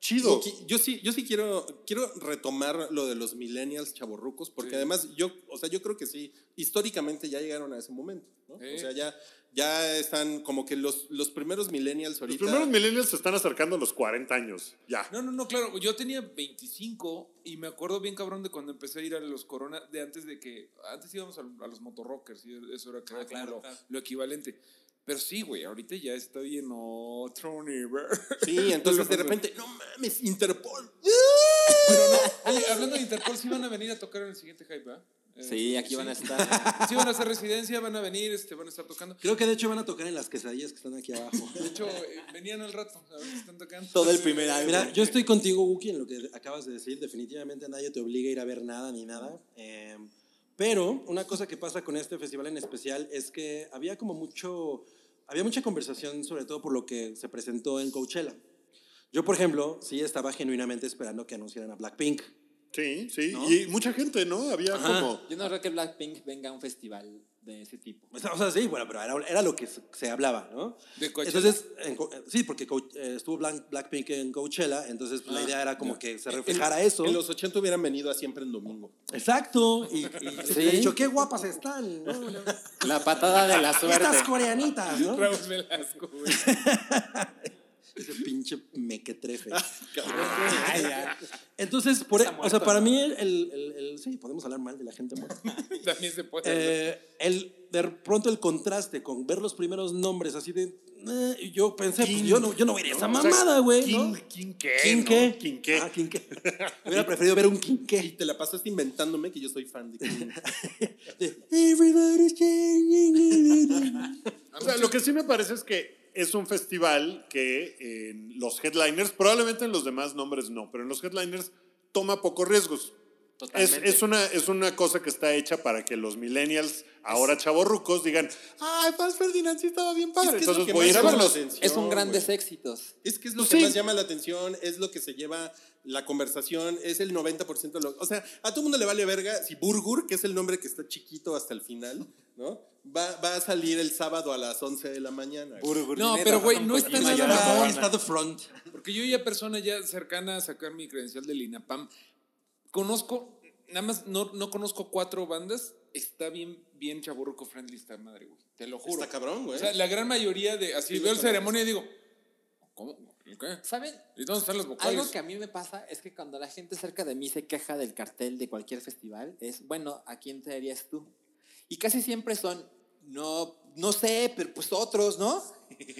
B: Chido.
C: Ah, Wookie, yo sí, yo sí quiero, quiero retomar lo de los millennials chaborrucos, porque además yo, o sea, yo creo que sí, históricamente ya llegaron a ese momento, ¿no?
E: Sí.
C: O sea, ya, ya están como que los, los primeros millennials
B: Los
C: ahorita.
B: primeros millennials se están acercando a los 40 años. Ya.
E: No, no, no, claro. Yo tenía 25 y me acuerdo bien cabrón de cuando empecé a ir a los Corona, de antes de que, antes íbamos a, a los motorrockers y eso era,
F: Ah,
E: creo, como lo, lo equivalente. Pero sí, güey, ahorita ya estoy en otro nivel.
C: Sí, entonces de repente, no mames, Interpol.
E: Pero no, oye, hablando de Interpol, sí van a venir a tocar en el siguiente hype, ¿verdad?
D: Sí, aquí van a estar.
E: Sí, van a hacer residencia, van a venir, este, van a estar tocando.
F: Creo que de hecho van a tocar en las quesadillas que están aquí abajo.
E: De hecho, eh, venían al rato, a ver si están tocando.
D: Todo el primer álbum.
F: Mira, yo estoy contigo, Uki, en lo que acabas de decir. Definitivamente nadie te obliga a ir a ver nada ni nada. Eh, pero una cosa que pasa con este festival en especial es que había como mucho, había mucha conversación, sobre todo por lo que se presentó en Coachella. Yo, por ejemplo, sí estaba genuinamente esperando que anunciaran a Blackpink.
B: Sí, sí.
F: ¿No?
B: Y mucha gente, ¿no? Había
F: Ajá.
B: como.
D: Yo no creo que Blackpink venga a un festival de ese tipo.
F: O sea, o sea, sí, bueno, pero era, era lo que se- se hablaba, ¿no?
E: De Coachella.
F: Entonces, en Co- eh, sí, porque Co- eh, estuvo Blanc- Blackpink en Coachella, entonces pues, la idea era como que se reflejara eso.
C: En los 80 hubieran venido a siempre en domingo.
F: Exacto. Y, y
D: Sí.
F: se ha dicho, qué guapas están. ¿no?
D: La patada de la
F: Estas coreanitas, ¿no?
E: Raúl Velasco, güey.
F: Ese pinche mequetrefe. Ay, ya. Entonces, por, e, o sea, para mí, el, el- el- sí, podemos hablar mal de la gente muerta.
E: También se puede.
F: Eh, el, de pronto el contraste con ver los primeros nombres así de. eh, y yo pensé, pues, yo, no, yo no voy a ir a esa
B: O sea,
F: mamada, güey. ¿no?
B: ¿quién- ¿Quién qué?
F: ¿Quién
B: no?
F: qué?
B: ¿Quién qué?
F: Ah, ¿quién qué? Hubiera preferido ver un quinqué.
C: Te la pasaste inventándome que yo soy fan de Queen.
F: De, Everybody's changing.
B: O sea, lo que sí me parece es que es un festival que en los headliners, probablemente en los demás nombres no, pero en los headliners toma pocos riesgos. Es,
D: Totalmente.
B: es, una, es una cosa que está hecha para que los millennials, ahora chavorrucos, digan, ay, Paz Ferdinand sí estaba bien padre.
C: Es que es lo
B: Entonces
C: que
B: voy a
C: más
B: ir a
C: llama
B: verlos.
C: la atención,
D: Es un
C: güey.
D: grandes éxitos.
C: Es que es lo
B: Pues
C: que
B: sí.
C: más llama la atención, es lo que se lleva la conversación, es el 90% de lo... O sea, a todo mundo le vale verga si Burgur, que es el nombre que está chiquito hasta el final, ¿no? Va, va a salir el sábado a las 11 de la mañana. güey.
E: No, pero güey, no está nada mal.
F: está the front.
E: Porque yo ya persona ya cercana a sacar mi credencial del INAPAM, conozco, nada más no, no conozco cuatro bandas, está bien, bien chaburruco friendly esta madre, güey. Te lo juro.
C: Está cabrón, güey.
E: O sea, la gran mayoría de, así
C: Sí,
E: veo el
C: está
E: ceremonia y digo, ¿cómo? ¿Qué?
D: ¿Saben?
E: ¿Y dónde están los vocales?
D: Algo que a mí me pasa es que cuando la gente cerca de mí se queja del cartel de cualquier festival, es, bueno, ¿a quién traerías tú? Y casi siempre son, no, no sé, pero pues otros, ¿no?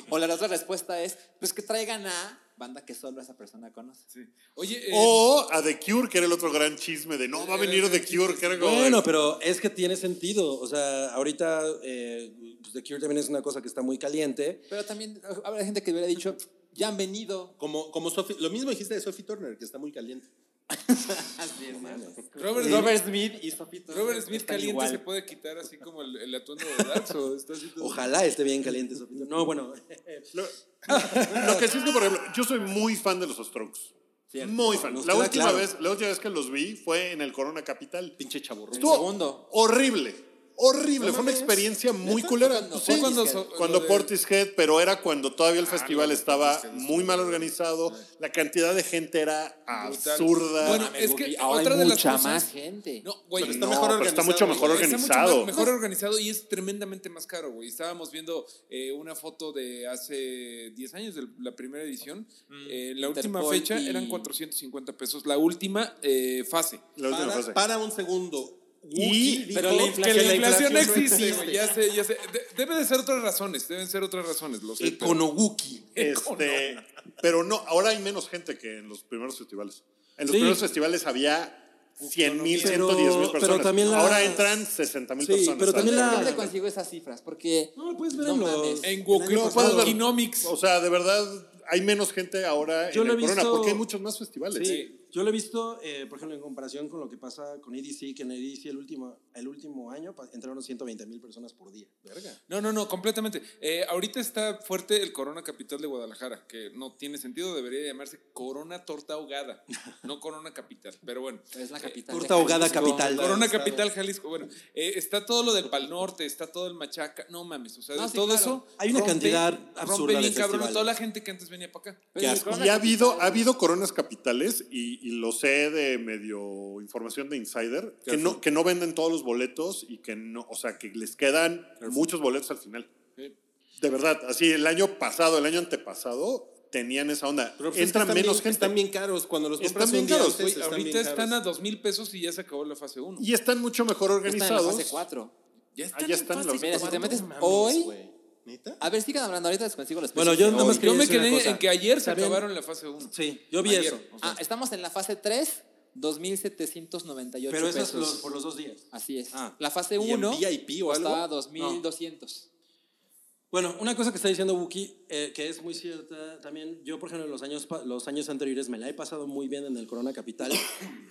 D: O la otra respuesta es, pues que traigan a banda que solo esa persona conoce.
E: Sí. Oye, eh,
B: O a The Cure, que era el otro gran chisme de, no, va a venir The Cure, que era como,
F: Eh, Bueno, pero es que tiene sentido. O sea, ahorita eh, pues, The Cure también es una cosa que está muy caliente.
D: Pero también eh, habrá gente que hubiera dicho, ya han venido.
C: Como, como Sophie- lo mismo dijiste de Sophie Turner, que está muy caliente.
E: Robert,
D: Robert Smith y Papito.
E: Robert Smith
D: están
E: caliente
D: igual.
E: se puede quitar así como el, el atuendo de Darso. Está así todo-
F: Ojalá esté bien caliente. Sophie. No, bueno,
B: Lo, lo que sí es que, por ejemplo, yo soy muy fan de los Strokes.
D: Cierto.
B: Muy fan.
F: Nos
B: La
F: queda
B: última,
F: claro.
B: vez, la última vez que los vi fue en el Corona Capital.
C: Pinche chaburro.
D: El
B: Estuvo
D: segundo.
B: Horrible. Horrible.
E: No
B: Fue una
E: mames.
B: experiencia muy culera.
D: Cuando
B: Sí.
E: cuando
B: cuando,
E: so- lo de-
B: Portishead, pero era cuando todavía el
E: Ah,
B: festival
E: no,
B: estaba
E: Portishead estuvo
B: muy mal organizado. La cantidad de gente era
E: Brutal.
B: absurda.
E: Bueno,
D: Mames,
E: es que
D: Buki, ahora
E: otra
D: hay
E: de las
D: mucha
E: cosas.
D: más gente.
E: No, güey,
C: Pero
E: está
B: No,
C: mejor
B: pero está
C: organizado,
B: mucho mejor
C: güey.
E: Está mucho
B: organizado.
E: más- mejor organizado y es tremendamente más caro, güey. Estábamos viendo eh, una foto de hace 10 años, de la primera edición. Eh, la última
D: Interpol
E: fecha
D: y-
E: eran 450 pesos. La última eh, fase.
B: la última
C: Para,
B: frase.
C: para un segundo.
B: Y-
C: Wookiee
D: pero
C: dijo
E: Que
D: la inflación-
E: la inflación
C: no
E: existe, güey. Ya sé, ya sé. De- debe de ser otras razones, deben ser otras razones. Lo sé, pero-
F: Econoguki.
B: Este, pero no, ahora hay menos gente que en los primeros festivales. En los
F: Sí.
B: primeros festivales había 100 mil,
F: Pero-
B: 110 mil
F: pero
B: personas.
F: también la-
B: Ahora entran 60 mil
F: Sí,
B: personas.
F: pero
B: ¿sabes?
F: también la-
D: ¿Dónde consigo esas cifras? Porque
F: No, lo puedes ver
D: No
F: en los.
D: mames.
E: En
F: el año
E: Wokino-
B: puedes ver-
F: pasado.
E: Wokinomics.
B: O sea, de verdad, hay menos gente ahora
F: Yo
B: en
F: lo
B: el
F: he
B: Corona,
F: visto-
B: porque hay muchos más festivales.
F: Sí, yo lo he visto, eh, por ejemplo, en comparación con lo que pasa con EDC, que en EDC el último, el último año pa- entraron 120 mil personas por día. Verga.
E: No, no, no, completamente. Eh, ahorita está fuerte el Corona Capital de Guadalajara, que no tiene sentido, debería llamarse Corona Torta Ahogada, no Corona Capital, pero bueno.
D: es la capital.
F: Torta
D: de
F: ahogada
D: Jalisco.
F: capital.
E: Corona
C: Estado.
E: Capital Jalisco, bueno, eh, está todo lo del Pal Norte, está todo el Machaca, no mames, o sea,
D: No,
E: de
D: sí,
E: todo
D: claro.
E: eso.
F: Hay una cantidad absurda
E: bien
F: de
E: cabrón a
F: festivales.
E: toda la gente que antes venía para acá.
D: Pero
F: Qué
D: el
F: asco.
D: Corona
B: Y ha habido, ha
D: Capital-
B: habido coronas capitales, y, y lo sé de medio información de insider, que no, que no venden todos los boletos y que no, o sea, que les quedan muchos boletos al final.
E: Sí.
B: De verdad, así el año pasado, el año antepasado, tenían esa onda.
C: Pero pues es que
B: Entran
C: están
B: menos
C: bien-
B: gente.
C: Están bien caros. Cuando los
B: Están
C: compras
B: bien
C: un día
B: caros,
C: antes,
E: Güey,
C: están bien
E: ahorita están
C: caros.
E: a dos mil pesos y ya se acabó la fase 1.
B: Y están mucho mejor
D: Está en la
B: organizados.
D: fase 4.
E: Ya
B: Ah, ya están en la
E: fase
D: Mira, si
E: cuatro.
D: te metes
C: Mames,
D: hoy.
C: güey. ¿Neta?
D: A ver, sigan hablando. Ahorita les consigo los
F: Bueno,
D: precios.
F: yo nada más
D: Hoy.
E: Yo me
F: decir una
E: quedé
F: cosa.
E: en que ayer se
F: También-
E: acabaron la fase 1.
F: Sí, yo vi
E: Ayer,
F: eso.
E: o sea,
D: Ah, estamos en la fase 3 2.798
F: Pero eso
D: pesos.
F: es los- por los dos días.
D: Así es.
F: Ah.
D: La fase
C: ¿Y en
D: 1
C: VIP o algo?
D: costaba 2.200.
F: Bueno, una cosa que está diciendo Buki, eh, que es muy cierta también, yo por ejemplo en los años, pa- los años anteriores me la he pasado muy bien en el Corona Capital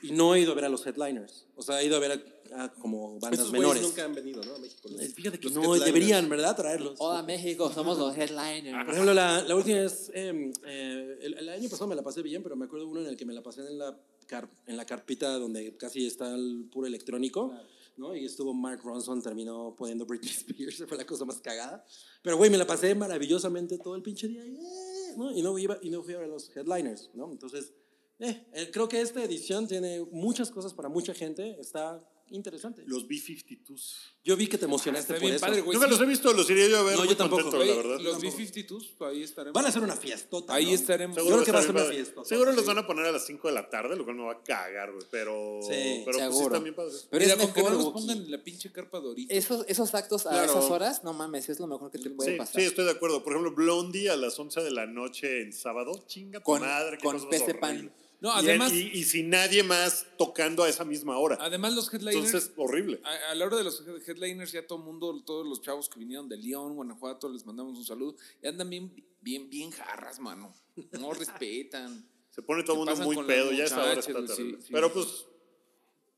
F: y no he ido a ver a los headliners, o sea, he ido a ver a, a como bandas
C: Esos güeyes
F: menores.
C: nunca han venido, ¿no? A México.
F: Eh, Fíjate que
C: Los
F: no
C: headliners.
F: deberían, ¿verdad? Traerlos.
D: Hola México, somos los
F: Por
D: headliners.
F: ejemplo, la, la última es, eh, eh, el, el año pasado me la pasé bien, pero me acuerdo uno en el que me la pasé en la, car- en la carpita donde casi está el puro electrónico, ¿no? Y estuvo Mark Ronson, terminó poniendo Britney Spears, fue la cosa más cagada. Pero, güey, me la pasé maravillosamente todo el pinche día, y, eh, ¿no? Y no, iba, y no fui a ver los headliners, ¿no? Entonces, eh, eh, creo que esta edición tiene muchas cosas para mucha gente, está interesante.
B: Los B-52s.
F: Yo vi que te emocionaste
E: Ah, Está
F: por
E: bien
F: eso.
E: padre, güey.
B: Nunca
E: sí.
B: los he visto, los iría yo a ver.
F: No,
B: muy
F: yo tampoco.
B: contento,
E: Güey,
B: la verdad.
E: los
F: Tampoco.
E: B-52s, ahí estaremos.
F: Van a hacer una fiestota,
E: Ahí
F: ¿no?
E: estaremos.
F: Seguro que
B: está
F: va a ser
B: bien
F: una
B: padre.
F: fiesta.
B: Seguro los van a poner a las 5 de la tarde, lo cual me va a cagar, güey. Pero,
F: Sí,
B: pero pues sí
D: seguro.
B: están bien padres.
D: Pero
E: Mira,
D: es
E: con que no
D: mejor,
E: nos
D: Buki.
E: pongan en la pinche carpa de ahorita.
D: Esos, esos actos a
B: Claro.
D: esas horas, no mames, es lo mejor que te puede
B: Sí,
D: pasar.
B: sí, estoy de acuerdo. Por ejemplo, Blondie a las 11 de la noche en sábado. Chinga tu
D: Con-
B: madre, qué
D: con
B: cosa más
D: pez de
B: horrible.
D: pan.
E: No,
B: Y en-
E: además-
B: Y, y sin nadie más tocando a esa misma hora.
E: Además, los headliners.
B: Entonces, horrible.
E: a, a la hora de los head- headliners, ya todo el mundo, todos los chavos que vinieron de León, Guanajuato, les mandamos un saludo. Y andan bien, bien, bien jarras, mano. No respetan.
B: Se pone todo el
E: ¿Qué
B: mundo
E: pasa
B: muy
E: con la
B: pedo, ya esa hora
E: muchacha,
B: está
E: güey? Sí,
B: terrible.
E: sí.
B: Pero pues,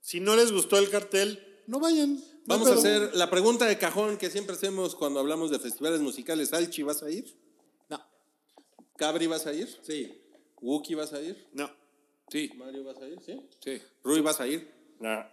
B: si no les gustó el cartel, no vayan. no
C: Vamos
B: hay
C: a
B: pedo.
C: hacer la pregunta de cajón que siempre hacemos cuando hablamos de festivales musicales. Alchi, ¿vas a ir?
D: No,
C: ¿Cabri vas a ir?
F: Sí.
C: ¿Wookie vas a ir?
B: No.
E: Sí,
C: ¿Mario vas a ir? ¿Sí?
E: sí.
C: ¿Rui vas a ir?
B: Nah.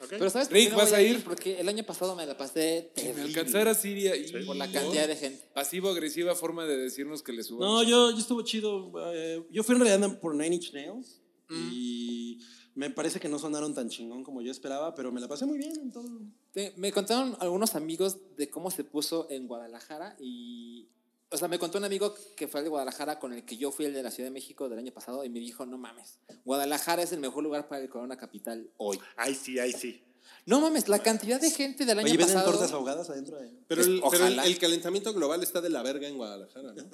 B: Ok.
D: Pero ¿sabes por
E: Rick,
D: qué no
E: ¿vas
D: voy
E: a ir?
D: Porque el año pasado me la pasé
E: Me
D: terrible
E: alcanzara Siria y.
D: por la cantidad de gente.
E: Pasivo-agresiva forma de decirnos que le
F: No,
E: subamos.
F: yo, yo estuvo chido. eh, yo fui en realidad por Nine Inch Nails
C: Mm.
F: y me parece que no sonaron tan chingón como yo esperaba, pero me la pasé muy bien en todo.
D: Te- Me contaron algunos amigos de cómo se puso en Guadalajara y... O sea, me contó un amigo que fue al de Guadalajara con el que yo fui el de la Ciudad de México del año pasado y me dijo, no mames, Guadalajara es el mejor lugar para el Corona Capital hoy.
B: Ay, sí, ay, sí.
D: No mames, la cantidad de gente del año
F: Oye, venden
D: pasado...
F: tortas ahogadas adentro de...
C: Pero, el,
D: Pues,
C: pero el-
D: ojalá.
C: el calentamiento global está de la verga en Guadalajara, ¿no?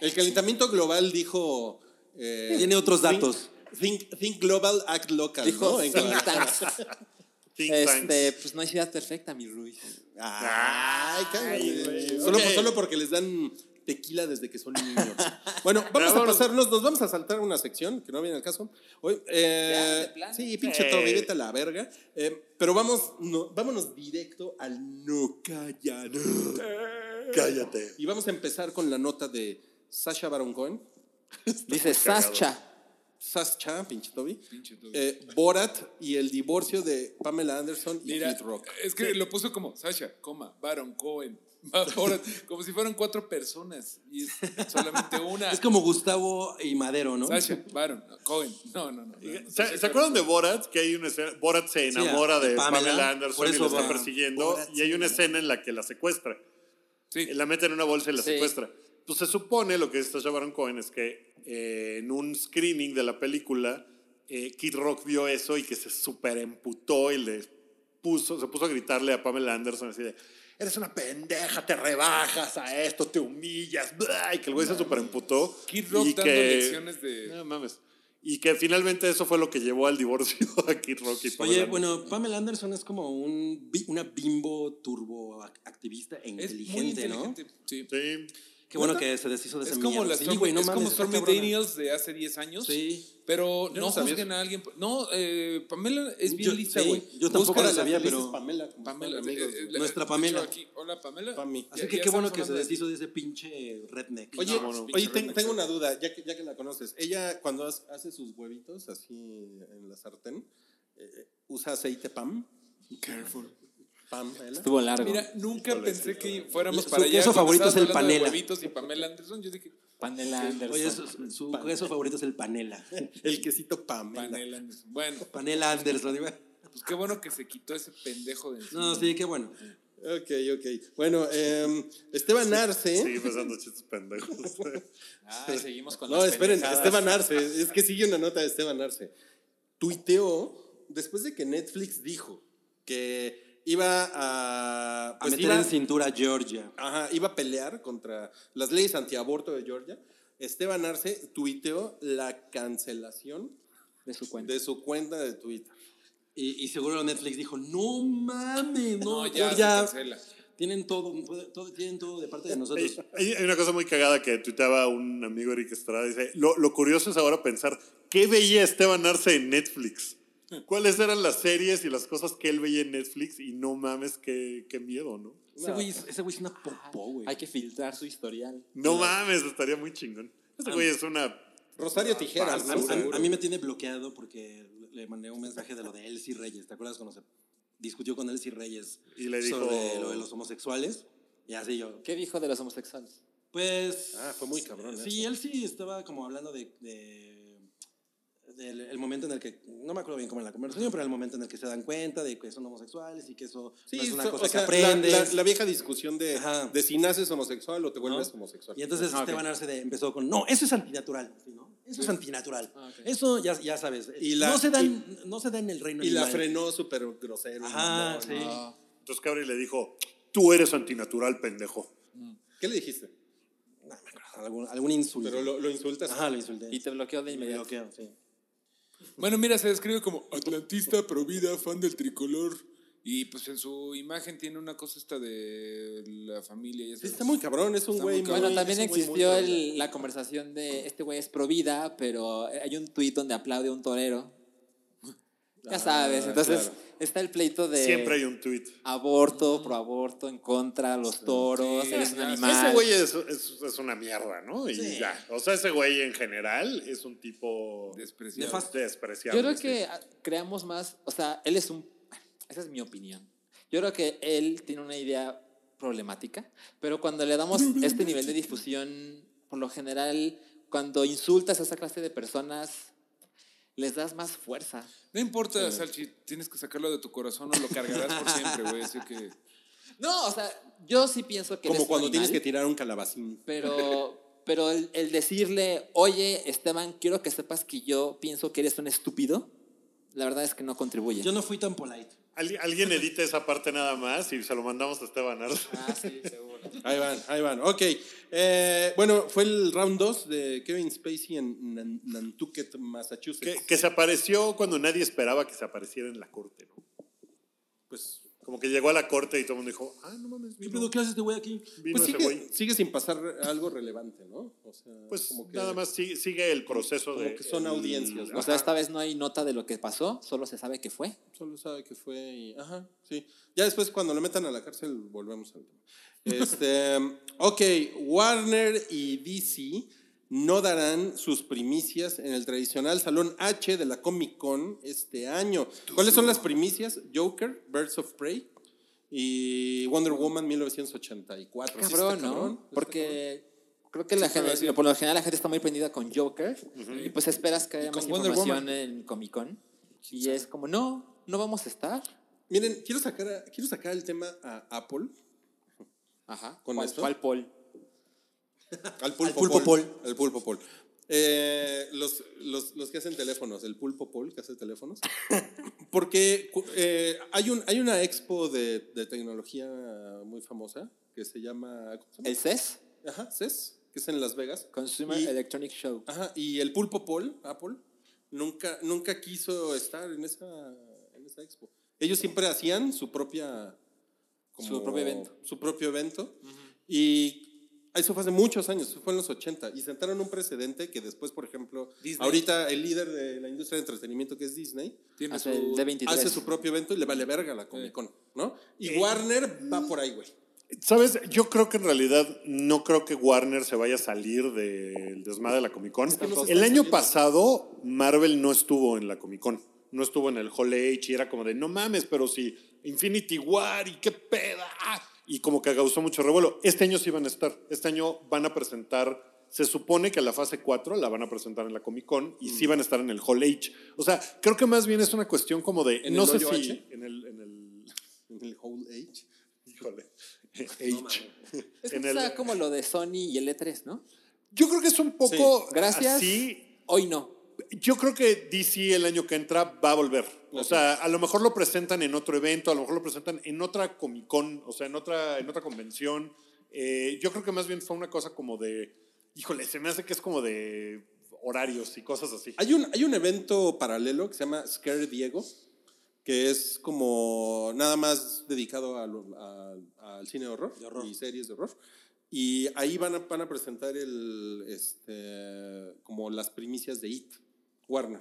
C: El calentamiento global dijo. eh,
F: Tiene otros datos.
C: Think, think- think global, act local.
D: Dijo,
C: ¿no? En
D: think
C: Guadalajara.
D: tanks.
B: Think tanks.
D: este, pues no hay ciudad perfecta, mi Ruiz.
C: Ay, cállate.
B: güey.
C: Solo,
B: Ok.
C: solo porque les dan tequila desde que son niños. Bueno, vamos a
B: vámonos.
C: pasarnos, nos vamos a saltar una sección que no viene al caso. Hoy, eh,
D: Ya, de plano.
C: sí, pinche
B: Eh.
C: Toby, vete a la verga. Eh, pero vamos, no, vámonos directo al no callar.
B: Cállate.
C: Y vamos a empezar con la nota de Sasha Baron Cohen.
D: Dice
B: cagado.
D: Sascha.
C: Sasha, pinche Toby.
E: Pinche Toby.
C: Eh, Borat y el divorcio de Pamela Anderson y
E: Mira,
C: Kid Rock.
E: es que lo puso como Sasha, coma, Baron Cohen, Borat, como si fueran cuatro personas y es solamente una.
F: Es como Gustavo y Madero, ¿no?
E: Sasha, Baron, Cohen. No, no, no. no,
B: ¿Se,
E: no, Sasha
B: se acuerdan de Borat? Que hay una escena, Borat se enamora
F: de
B: de
F: Pamela.
B: Pamela, Anderson
F: Por eso
B: y la está
F: va.
B: persiguiendo.
F: Borat
B: y hay
F: se
B: una
F: enamora.
B: escena en la que la secuestra.
E: Sí.
B: La mete en una bolsa y la
D: Sí.
B: secuestra. Pues se supone, lo que está Baron Cohen es que eh, en un screening de la película, eh, Kid Rock vio eso y que se superemputó y le puso, se puso a gritarle a Pamela Anderson así de eres una pendeja, te rebajas a esto, te humillas, bla", y que el güey se superemputó.
E: Kid Rock
B: y
E: dando lecciones de-
B: No mames. Y que finalmente eso fue lo que llevó al divorcio a Kid Rock y Pamela
F: Oye,
B: Anderson.
F: bueno, Pamela Anderson es como un, bi- una bimbo turbo ac- activista e
E: Es
F: inteligente,
E: muy
F: ¿no?
E: inteligente. Sí.
B: Sí.
F: Qué bueno que se deshizo de
E: Es
F: ese
E: como,
F: mierda.
E: la
F: Sí,
E: Stormy,
F: güey, no
E: es como
F: mames, está
E: Stormy
F: cabrona.
E: Daniels de hace 10 años.
F: Sí.
E: Pero
C: Yo
E: no,
C: no sabía
E: juzguen a alguien. por- No, eh, Pamela es bien
F: Yo-
E: lista,
F: sí,
E: güey.
F: yo tampoco
E: Busca
F: la
E: a
F: sabía,
E: felices
F: pero-
E: Pamela. Pamela,
F: amigos,
E: eh, eh,
F: nuestra
E: de hecho,
F: Pamela.
E: aquí- Hola, Pamela.
C: Pami.
F: Así
E: Ya-
F: que
E: ya
F: qué bueno
E: estamos
F: que se
E: hablando de-
F: deshizo de ese pinche redneck.
C: Oye,
F: No, no.
C: oye
E: Pinche
C: ten-
E: remix.
C: tengo una duda, ya que, ya que la conoces. Ella cuando has- hace sus huevitos así en la sartén, eh, usa aceite PAM. Careful. PAM, Pamela.
D: Estuvo largo.
E: Mira, nunca pensé que fuéramos
F: Su
E: para allá.
F: queso
E: cuando
F: favorito
E: estabas
F: es el
E: hablando de
F: panela.
E: huevitos y Pamela Anderson, yo dije,
D: Panela Anderson.
F: Oye, su, su queso favorito es el panela.
C: El quesito Pamela.
E: Pamela Anderson. Bueno,
F: Panela Anderson. digo.
E: pues qué bueno que se quitó ese pendejo de encima.
F: No, sí, qué bueno.
C: Ok, ok. Bueno, em, Esteban Arce.
B: Sigue pensando chistes pendejos.
D: Ay, seguimos con
C: No,
D: las
C: esperen,
D: pendejadas.
C: Esteban Arce. Es que sigue una nota de Esteban Arce. Tuiteó después de que Netflix dijo que iba a.
F: A
C: pues
F: meter
C: iba-
F: en cintura a Georgia.
C: Ajá, iba a pelear contra las leyes antiaborto de Georgia. Esteban Arce tuiteó la cancelación
D: de su cuenta.
C: de su cuenta de Twitter.
F: Y, y seguro Netflix dijo, no mames,
E: No,
F: no,
E: ya,
F: ya,
E: se cancela.
F: tienen todo, todo- tienen todo de parte de nosotros.
B: Hay, hay una cosa muy cagada que tuiteaba un amigo Eric Estrada. Dice, lo, lo curioso es ahora pensar, ¿qué veía Esteban Arce en Netflix? ¿Cuáles eran las series y las cosas que él veía en Netflix? Y no mames, qué, qué miedo, ¿no?
F: Ese güey es, ese güey es una popó, güey.
D: Hay que filtrar su historial.
B: No mames, estaría muy chingón. Este güey es una...
C: Rosario
F: A,
C: Tijeras,
F: a-
C: ¿no? seguro.
F: a- a mí me tiene bloqueado porque le mandé un mensaje de lo de Elsie Reyes. ¿Te acuerdas cuando se discutió con Elsie Reyes
B: Y le dijo-
F: sobre lo de los homosexuales? Y así yo,
D: ¿Qué dijo de los homosexuales?
F: Pues.
C: Ah, fue muy cabrón
F: Sí, él sí estaba como hablando de. de- del el momento en el que. No me acuerdo bien cómo era la conversación, pero el momento en el que se dan cuenta de que son homosexuales y que eso
C: Sí,
F: no es una
C: so-
F: cosa
C: o sea,
F: que
C: la-
F: aprendes.
C: La, la vieja discusión de,
F: Ajá.
C: de si naces homosexual o te
F: ¿no?
C: vuelves homosexual.
F: Y entonces
D: Ah, ok.
F: Esteban Arce de- empezó con. No, eso es antinatural. ¿sí, no? Eso es antinatural.
D: Ah, ok.
F: Eso ya, ya sabes.
C: Y la-
F: no, se da en, no se da en el reino
C: Y la
F: animal.
C: frenó súper grosero.
F: Ajá,
C: mamón.
F: sí.
D: Ah,
B: Entonces Cabri le dijo, tú eres antinatural, pendejo.
C: ¿Qué le dijiste?
F: No, me acuerdo, algún, algún insulto.
C: Pero lo, lo insultas.
F: Ajá, lo insulté.
D: y te bloqueó de
F: Me
D: inmediato.
F: bloqueo, sí.
E: Bueno, mira, se describe como atlantista, provida, fan del tricolor. Y pues en su imagen tiene una cosa esta de la familia. Ya
C: Sí,
E: sabes.
C: está muy cabrón, es un
E: Está
C: güey
E: muy
C: muy-
E: cabrón.
D: Bueno,
C: es
D: también
C: un güey muy
D: existió
C: cabrón.
D: el- la conversación de este güey es pro vida, pero hay un tuit donde aplaude a un torero. Ya sabes, entonces
C: Ah, claro.
D: está el pleito de
B: Siempre hay un tweet.
D: aborto, pro aborto, en contra, los toros,
E: Sí,
D: eres un
E: ya sé.
D: animal.
B: Ese güey es, es- es una mierda, ¿no? Y ya. O sea, ese güey en general es un tipo
E: Despreciable.
B: nefasto, despreciable.
D: Yo creo
B: sí.
D: que ah, creamos más, o sea, él es un, esa es mi opinión. Yo creo que él tiene una idea problemática, pero cuando le damos este nivel de difusión, por lo general, cuando insultas a esa clase de personas, les das más fuerza.
E: No importa, Salchi, tienes que sacarlo de tu corazón o lo cargarás por siempre, güey. Así que.
D: No, o sea, yo sí pienso que... eres
C: Como
D: un
C: cuando tienes que
D: animal,
C: tirar un calabacín.
D: Pero, pero el, el decirle, oye, Esteban, quiero que sepas que yo pienso que eres un estúpido, la verdad es que no contribuye.
F: Yo no fui tan polite.
B: Al- alguien edita esa parte nada más y se lo mandamos a Esteban Arce.
D: Ah, sí, seguro.
C: Ahí van, ahí van. Ok. Eh, bueno, fue el round 2 de Kevin Spacey en Nan- Nantucket,
B: Que,
C: Massachusetts.
B: que se apareció cuando nadie esperaba que se apareciera en la corte, ¿no?
C: Pues,
B: Como que llegó a la corte y todo el mundo dijo, ah, no mames,
F: ¿Qué
B: vino,
F: pedo? ¿Qué haces este güey aquí?
B: vino
C: pues
B: ese güey.
C: sigue, sigue sin pasar algo relevante, ¿no? O sea,
B: Pues
C: como que-
B: nada más sigue, sigue el proceso
C: como
B: de...
C: que son
B: el-
C: audiencias, ¿no?
D: O sea,
B: Ajá.
D: esta vez no hay nota de lo que pasó, solo se sabe que fue.
C: Solo sabe que fue y. Ajá, sí. Ya después, cuando lo metan a la cárcel, volvemos al tema. Este, ok, Warner y DC no darán sus primicias en el tradicional Salón H de la Comic Con este año. ¿Cuáles son las primicias? Joker, Birds of Prey y Wonder Woman 1984. Sí está
D: Cabrón, ¿no?
C: cabrón, está
D: Porque creo que la
E: Sí, cabrón,
D: gente,
E: sí.
D: por lo general la gente está muy prendida con Joker y pues esperas que
E: Y
D: haya
E: con
D: más
E: Wonder
D: información en Comic Con y es como, no, no vamos a estar.
C: Miren, quiero sacar, a- quiero sacar el tema a Apple.
D: Ajá.
C: ¿Con
D: ¿Cuál,
C: esto?
D: cuál Paul?
C: Al pulpo,
F: Al pulpo
C: Paul.
F: Paul.
C: Al pulpo Paul. Eh, los, los- los que hacen teléfonos, el pulpo Paul que hace teléfonos. Porque cu- eh, hay, un, hay una expo de, de tecnología muy famosa que se llama. ¿cómo se
D: El
C: llama?
D: CES,
F: Eh,
C: Ajá, CES, que es en Las Vegas.
D: Consumer
C: Y-
D: Electronic Show.
C: Ajá, y el pulpo Paul, Apple, nunca, nunca quiso estar en esa, en esa expo. Ellos siempre hacían su propia...
D: Su propio evento.
C: Su propio evento. Y eso fue hace muchos años, eso fue en los 80. Y sentaron un precedente que después, por ejemplo,
E: Disney.
C: ahorita el líder de la industria de entretenimiento que es Disney,
E: Tiene
D: Hace el
E: su.
D: D20. 23.
C: hace su propio evento y le vale verga la Comic Con, ¿no? Y Warner va por ahí, güey.
B: ¿Sabes? Yo creo que en realidad no creo que Warner se vaya a salir del desmadre de la Comic Con.
C: que no se están
B: el año
C: saliendo.
B: pasado, Marvel no estuvo en la Comic Con. No estuvo en el Hall H y era como de, no mames, pero si Infinity War y qué peda. Ah, Y como que causó mucho revuelo. Este año sí van a estar. Este año van a presentar. Se supone que la fase 4 la van a presentar en la Comic Con
C: Mm.
B: y sí van a estar en el Hall H. O sea, creo que más bien es una cuestión como de.
C: ¿En
B: no
C: el
B: sé
C: hoyo
B: si.
C: H?
B: En el. En el
C: En el Whole Age.
B: híjole. H.
D: Es
B: En
D: que
B: el-
D: está como lo de Sony y el E3, ¿no?
B: Yo creo que es un poco
D: Sí. Gracias.
B: así.
D: Hoy no.
B: Yo creo que DC el año que entra va a volver. O sea, a lo mejor lo presentan en otro evento, a lo mejor lo presentan en otra Comic Con, o sea, en otra, en otra convención. Eh, yo creo que más bien fue una cosa como de, híjole, se me hace que es como de horarios y cosas así.
C: Hay un, hay un evento paralelo que se llama Scare Diego, que es como nada más dedicado a lo- a- al cine de horror,
F: De horror.
C: y series de horror. Y ahí van a, van a presentar el, este, como las primicias de It, Warner.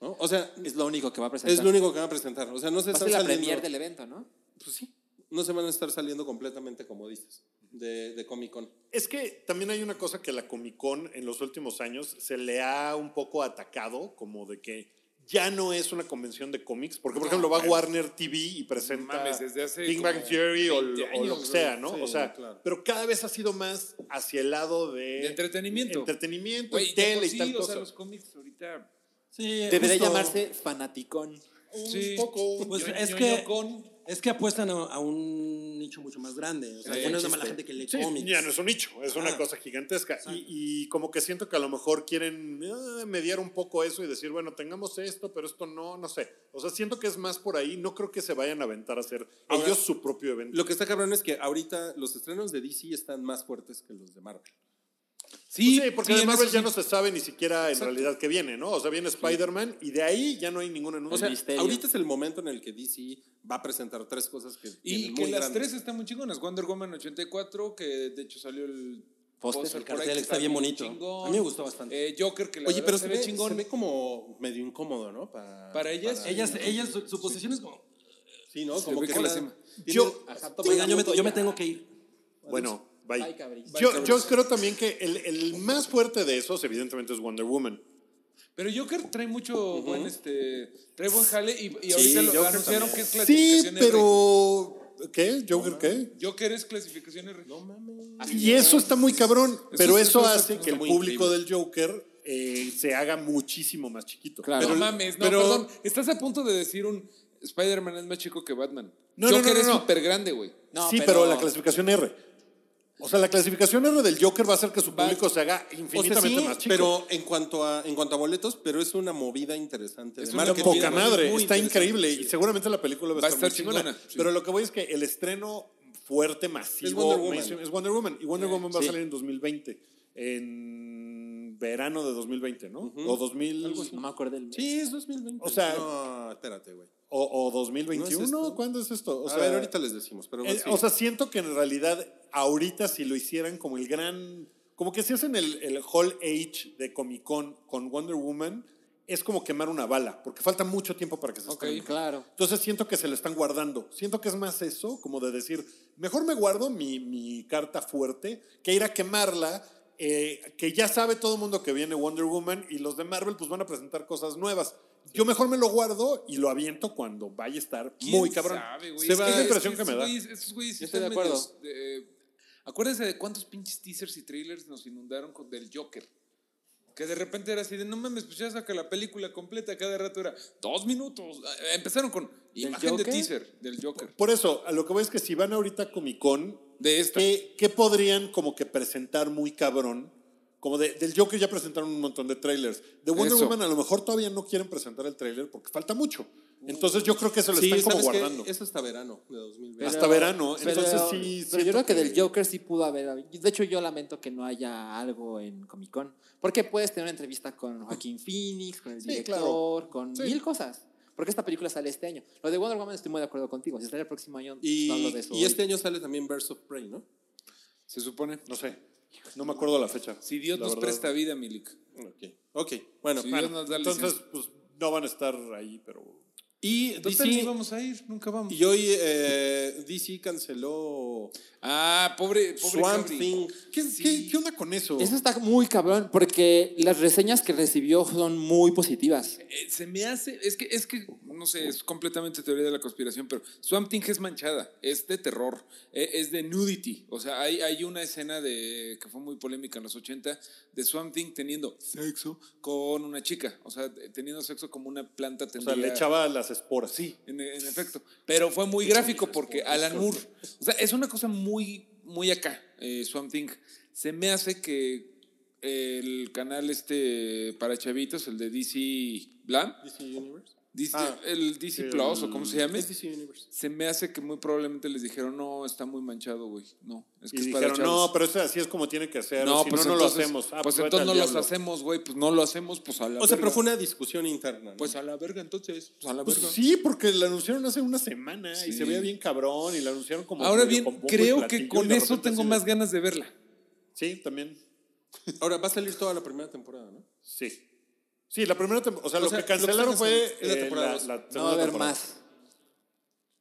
C: ¿no? O sea,
D: Es lo único que va a presentar.
C: es lo único que van a presentar. O sea, no se
D: Va a
C: están
D: ser la
C: saliendo-
D: premier del evento, ¿no?
C: Pues sí, no se van a estar saliendo completamente, como dices, de, de Comic Con.
B: Es que también hay una cosa que la Comic Con en los últimos años se le ha un poco atacado, como de que ya no es una convención de cómics, porque por ejemplo va Warner TV y presenta
E: Pues, Mames, desde hace
B: Big
E: como
B: Bang Theory o, lo-
E: 20
B: o lo
E: años,
B: que sea, ¿no?
C: güey.
B: o
C: Sí,
B: sea,
C: claro.
B: pero cada vez ha sido más hacia el lado de,
E: De entretenimiento.
B: entretenimiento,
E: Güey, de por
B: tele
E: sí,
B: y tal
E: o
B: cosa.
E: sea, los cómics ahorita.
F: Sí,
D: Debería
F: justo.
D: llamarse fanaticón.
B: Un
E: Sí.
B: poco.
F: Pues
E: Ño-
F: es
E: Ñoño
F: que
E: Con.
F: es que apuestan a, a un nicho mucho más grande. O sea,
E: Sí,
F: ya no es nada
D: existe.
F: más la gente que lee
B: Sí,
F: cómics.
B: ya no es un nicho, es una
F: Ah.
B: cosa gigantesca. Y, y como que siento que a lo mejor quieren eh, mediar un poco eso y decir, bueno, tengamos esto, pero esto no, no sé. O sea, siento que es más por ahí. No creo que se vayan a aventar a hacer
C: Ahora,
B: ellos su propio evento.
C: Lo que está cabrón es que ahorita los estrenos de DC están más fuertes que los de Marvel.
B: Pues sí,
E: Sí,
B: porque
E: sí,
B: de
E: en
B: Marvel
E: eso
B: ya
E: sí.
B: no se sabe ni siquiera en
E: Exacto.
B: realidad qué viene, ¿no? O sea, viene Spider-Man y de ahí ya no hay ningún
C: O
B: anuncio.
C: sea,
D: misterio.
C: ahorita es el momento en el que DC va a presentar tres cosas que
E: Y
C: tienen
E: que
C: muy
E: las
C: grandes.
E: tres están muy chingonas. Wonder Woman 84, que de hecho salió el
D: Póster,
E: póster
F: el
E: por ahí
F: cartel
E: que
F: está bien bonito.
E: chingón.
F: A mí me gustó bastante.
E: Eh, Joker, que la
C: Oye,
E: verdad
C: pero
E: se, ve chingón.
C: se ve como medio incómodo, ¿no? Pa-
E: Para ellas.
F: Ellas, ellas, su, su posición es como.
C: Sí, ¿no?
E: Se
C: Como
E: ve
C: que
E: que la
C: está-
E: cima.
C: tiene-
B: Yo-
D: Ajá, toma
F: Oigan, yo me,
D: foto
F: yo me
D: ya.
F: tengo que ir.
B: bueno, bye.
D: Bye, cabris.
B: yo, yo creo también que el, el más fuerte de esos, evidentemente, es Wonder Woman.
E: Pero Joker trae mucho buen, este, trae buen jale y, y ahorita lo
C: Joker
E: anunciaron
C: también.
E: que es
B: Sí,
E: clasificación
B: pero... ¿Qué? ¿Joker qué?
E: R. Joker es clasificación R.
C: No mames.
B: Y eso está muy cabrón, pero
E: es-
B: eso,
E: eso
B: hace
E: está-
B: que el
C: muy
B: público del Joker eh, se haga muchísimo más chiquito.
D: Claro.
E: no mames, no,
B: pero-
E: perdón. Estás a punto de decir un Spider-Man es más chico que Batman.
B: No, no,
E: Joker
B: no, no,
E: es
B: no.
E: súper grande, güey.
D: No,
B: sí, pero... la clasificación R. O sea, la clasificación R del Joker va a hacer que su público se haga
C: O sea,
B: infinitamente
C: sí,
B: más chico.
C: pero en cuanto, a, en cuanto a boletos, pero es una movida interesante.
E: Es
C: de
E: una
C: marketing.
E: movida
B: Poca madre,
C: Muy
B: está
C: interesante.
B: increíble y seguramente la película va a estar, muy chingona.
E: sí.
B: Pero lo que voy es que el estreno fuerte, masivo,
C: Es Wonder Woman.
B: mainstream, es Wonder Woman. Y Wonder Woman va
D: sí.
B: a salir en 2020, en verano de 2020, ¿no? O 2000...
D: No me acuerdo el.
C: Sí, es 2020.
B: O sea-
C: No, espérate, güey.
B: O, o 2021,
C: ¿No es esto?
B: ¿cuándo es esto? O
C: a
B: sea,
C: ver, ahorita les decimos, pero
B: Eh,
C: sí.
B: O sea, siento que en realidad ahorita si lo hicieran como el gran... Como que si hacen el, el Hall H de Comic Con con Wonder Woman, es como quemar una bala, porque falta mucho tiempo para que se
E: Ok.
B: estrene.
D: Claro.
B: Entonces siento que se lo están guardando. Siento que es más eso, como de decir, mejor me guardo mi, mi carta fuerte que ir a quemarla, eh, que ya sabe todo el mundo que viene Wonder Woman y los de Marvel pues van a presentar cosas nuevas. Yo mejor me lo guardo y lo aviento cuando vaya a estar muy cabrón.
E: güey?
B: Se
E: Es
B: va-
E: que
B: es la
E: es-
B: impresión que
E: estos
B: me da.
E: güeyes- estos güeyes sí
D: Yo estoy
E: están
D: de acuerdo.
E: medios, eh, acuérdense de cuántos pinches teasers y trailers nos inundaron con del Joker. Que de repente era así de, no mames, pues ya saca la película completa. Cada rato era dos minutos. Eh, Empezaron con imagen
D: Joker?
E: de teaser del Joker.
B: Por eso, a lo que voy es que si van ahorita a Comic Con,
E: De esta.
B: ¿qué, qué podrían como que presentar muy cabrón? Como de- del Joker ya presentaron un montón de trailers. De Wonder
E: Eso.
B: Woman a lo mejor todavía no quieren presentar el trailer porque falta mucho.
E: Mm.
B: Entonces yo creo que se lo
C: Sí,
B: están como
C: ¿sabes qué?
B: guardando.
C: Es hasta verano de 2020.
B: Hasta verano, entonces sí
D: Pero
B: siento
D: yo creo
B: que-
D: que del Joker sí pudo haber. De hecho, yo lamento que no haya algo en Comic Con. Porque puedes tener una entrevista con Joaquín Phoenix, con el
B: Sí,
D: director,
B: claro.
D: con
B: Sí.
D: mil cosas. Porque esta película sale este año. Lo de Wonder Woman estoy muy de acuerdo contigo. Si sale el próximo año,
C: Y,
D: no hablo de eso.
C: y
D: hoy.
C: este año sale también Birds of Prey, ¿no?
E: Se supone.
B: No sé. No me acuerdo la fecha.
E: Si Dios
B: la
E: nos
B: verdad.
E: presta vida, Milik.
C: Ok, ok. Bueno,
E: Sí.
B: Bueno,
E: Dios nos da
B: entonces,
E: licencia.
B: pues no van a estar ahí, pero.
C: y
E: Total, ni
C: DC,
E: vamos a ir, nunca vamos.
C: y hoy eh, DC canceló
E: ah, pobre, pobre
C: Swamp
E: Cabri.
C: Thing.
B: ¿Qué,
E: Sí.
B: qué- qué onda con eso?
D: Eso está muy cabrón. Porque las reseñas que recibió son muy positivas.
E: Eh, se me hace, es que, es que, no sé, es completamente teoría de la conspiración, pero Swamp Thing es manchada, es de terror, eh, es de nudity. O sea, hay, hay una escena de, que fue muy polémica en los 80 de Swamp Thing teniendo sexo con una chica, o sea, eh, teniendo sexo como una planta
B: o
E: tendría,
B: sea, le echaba las esporas. Sí.
E: en, en efecto. Pero fue muy gráfico porque Alan Moore, o sea, es una cosa muy, muy acá, eh, Swamp Thing. Se me hace que el canal este para chavitos, el de DC Blam,
C: DC Universe.
E: Disney-
B: Ah,
E: el DC
B: el-
E: Plus o cómo se llame.
C: Es DC Universe.
E: Se me hace que muy probablemente les dijeron, no, está muy manchado, güey. No, es que
B: y
E: es para
B: dijeron,
E: chavos". pues
B: no, pero eso así es como tiene que ser. si no, no
E: entonces-
B: lo hacemos. Ah,
E: pues
B: vete
E: entonces no
B: al
E: los
B: diablo.
E: hacemos, güey. Pues no lo hacemos, pues a la
C: O sea,
E: verga.
C: pero fue una discusión interna. ¿no?
E: Pues a la verga, entonces. Pues a la
B: Pues
E: verga.
B: sí, porque la anunciaron hace una semana y
E: Sí.
B: se veía bien cabrón y la anunciaron como.
E: Ahora
B: medio
E: bien,
B: con bombo y
E: creo
B: platillo,
E: que
B: y
E: con
B: de
E: eso
B: repente
E: tengo
B: así de-
E: más ganas de verla.
B: Sí, también.
C: ahora va a salir toda la primera temporada, ¿no?
B: Sí. Sí, la primera temporada. O sea,
C: O
B: lo
C: sea,
B: que cancelaron
C: lo que
B: fue
C: sacan es la
B: eh,
C: temporada
B: la,
C: dos.
B: la
D: No va a
B: segunda
D: haber
B: temporada.
D: más.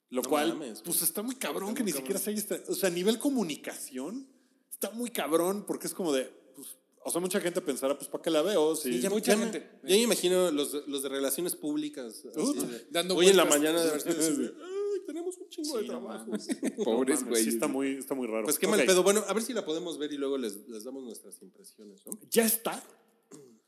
B: Lo
C: No
B: cual,
C: mames, güey.
B: pues está muy cabrón que ni siquiera se haya. esta- O sea, a nivel comunicación, está muy cabrón porque es como de. pues, o sea, mucha gente pensará, pues, ¿para qué la veo? Sí.
E: ya- mucha gente.
C: Me, ya me imagino los, de- los de relaciones públicas. así
B: Uh,
C: de-
E: dando
C: hoy en la
E: vueltas.
C: mañana de "Ay, tenemos un chingo de
B: Sí, no
C: trabajo.
B: mames.
E: Pobres,
B: No mames,
E: güey.
B: Sí, está muy, está muy raro.
C: Pues qué mal
B: Ok.
C: pedo. Bueno, a ver si la podemos ver y luego les, les damos nuestras impresiones, ¿no?
B: Ya está.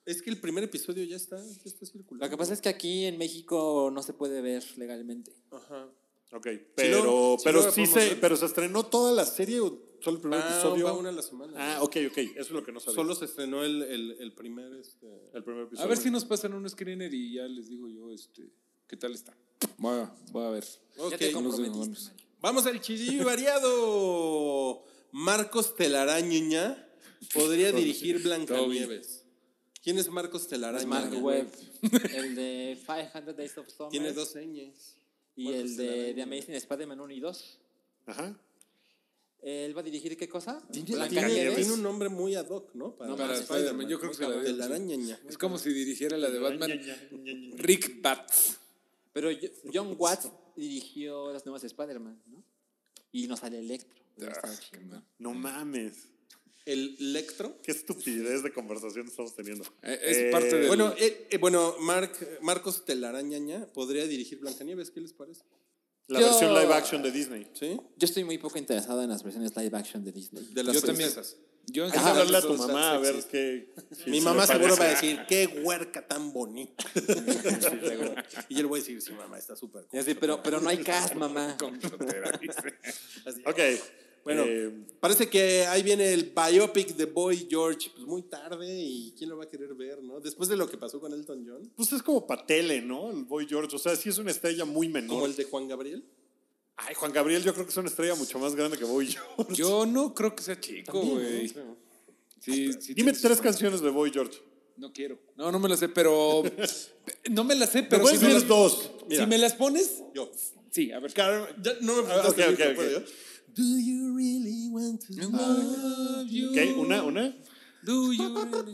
C: Es que el primer episodio ya está, ya está circulando.
D: Lo que pasa es que aquí en México no se puede ver legalmente.
C: Ajá.
B: Ok, pero,
C: luego- si
B: pero
C: luego la
B: sí
C: podemos
B: se,
C: ver.
B: pero se estrenó toda la serie o solo el primer
C: Va,
B: episodio.
C: Ah, va una a la semana.
B: Ah, ok, ok. Eso es lo que no sabía.
C: Solo se estrenó el, el, el primer. Este...
B: el primer episodio.
E: A ver si nos pasan un screener y ya les digo yo este, qué tal está. Voy a, voy a ver.
D: Ya
C: Ok,
D: te
C: nos
D: comprometiste,
E: vemos. Ah,
D: Mario.
C: Vamos al chidillo variado. Marcos Telaraña podría dirigir Blancanieves. ¿Quién es Marcos Telaraña?
D: Es Mark Webb, el de 500 Days of Summer
C: Tiene dos ñes.
D: y
C: Marcos
D: el de
C: Telaraña.
D: The Amazing Spider-Man 1 y 2.
B: Ajá.
D: Él va a dirigir qué cosa?
C: Tiene, tiene-
D: Blancanieves.
C: tiene un nombre muy ad hoc, ¿no? Para,
D: No,
E: Para
D: mames,
E: Spider-Man, yo creo que se la debe.
C: Telaraña. ña.
E: Es como si dirigiera la de Batman.
B: Ña, Ña, Ña, Ña, Ña.
E: Rick Bats.
D: Pero yo- John Watts dirigió las nuevas Spider-Man, ¿no? Y nos sale Electro. Hubiera estado
E: Ah,
D: chido.
E: qué mal.
B: No mames.
C: El Electro.
B: Qué estupidez de conversación estamos teniendo.
E: Eh, es parte de-
C: Bueno, eh, eh, bueno Marc- Marcos Telaraña ña podría dirigir Blancanieves. ¿Qué les parece?
B: La
D: Yo-
B: versión live action de Disney.
C: ¿Sí?
D: Yo estoy muy poco interesado en las versiones live action de Disney.
C: De las
E: Yo también.
C: princesas.
E: Yo en
B: Hay que
E: general
B: hablarle a
E: todo
B: tu
E: está
B: mamá a ver
E: sexy.
B: qué. si
C: Mi
B: se
C: mamá
B: le
C: seguro
B: parece.
C: va a decir, qué huerca tan bonita. y yo le voy a decir, sí, mamá, está súper
D: Y así, pero, pero no hay cast, mamá.
C: Así.
B: Ok.
C: Bueno,
B: eh,
C: parece que ahí viene el biopic de Boy George, pues muy tarde y quién lo va a querer ver, ¿no? Después de lo que pasó con Elton John,
B: pues es como pa' tele, ¿no? El Boy George. O sea, sí es una estrella muy
C: como
B: menor.
C: el de Juan Gabriel.
B: Ay, Juan Gabriel, yo creo que es una estrella mucho más grande que Boy George.
E: Yo no creo que sea chico, güey. Sí, sí
B: Dime
E: tienes-
B: tres canciones de Boy George.
E: No quiero. No, no me las sé, pero. No me las sé,
B: Pero
E: pero.
B: puedes
E: me
B: decir
E: las-
B: dos.
E: Si me las pones.
C: Yo.
E: Sí, a ver.
C: no me
B: Ah, ok, ok, ok.
C: Do you really want to love you?
B: Ok, una, una.
E: Do you really-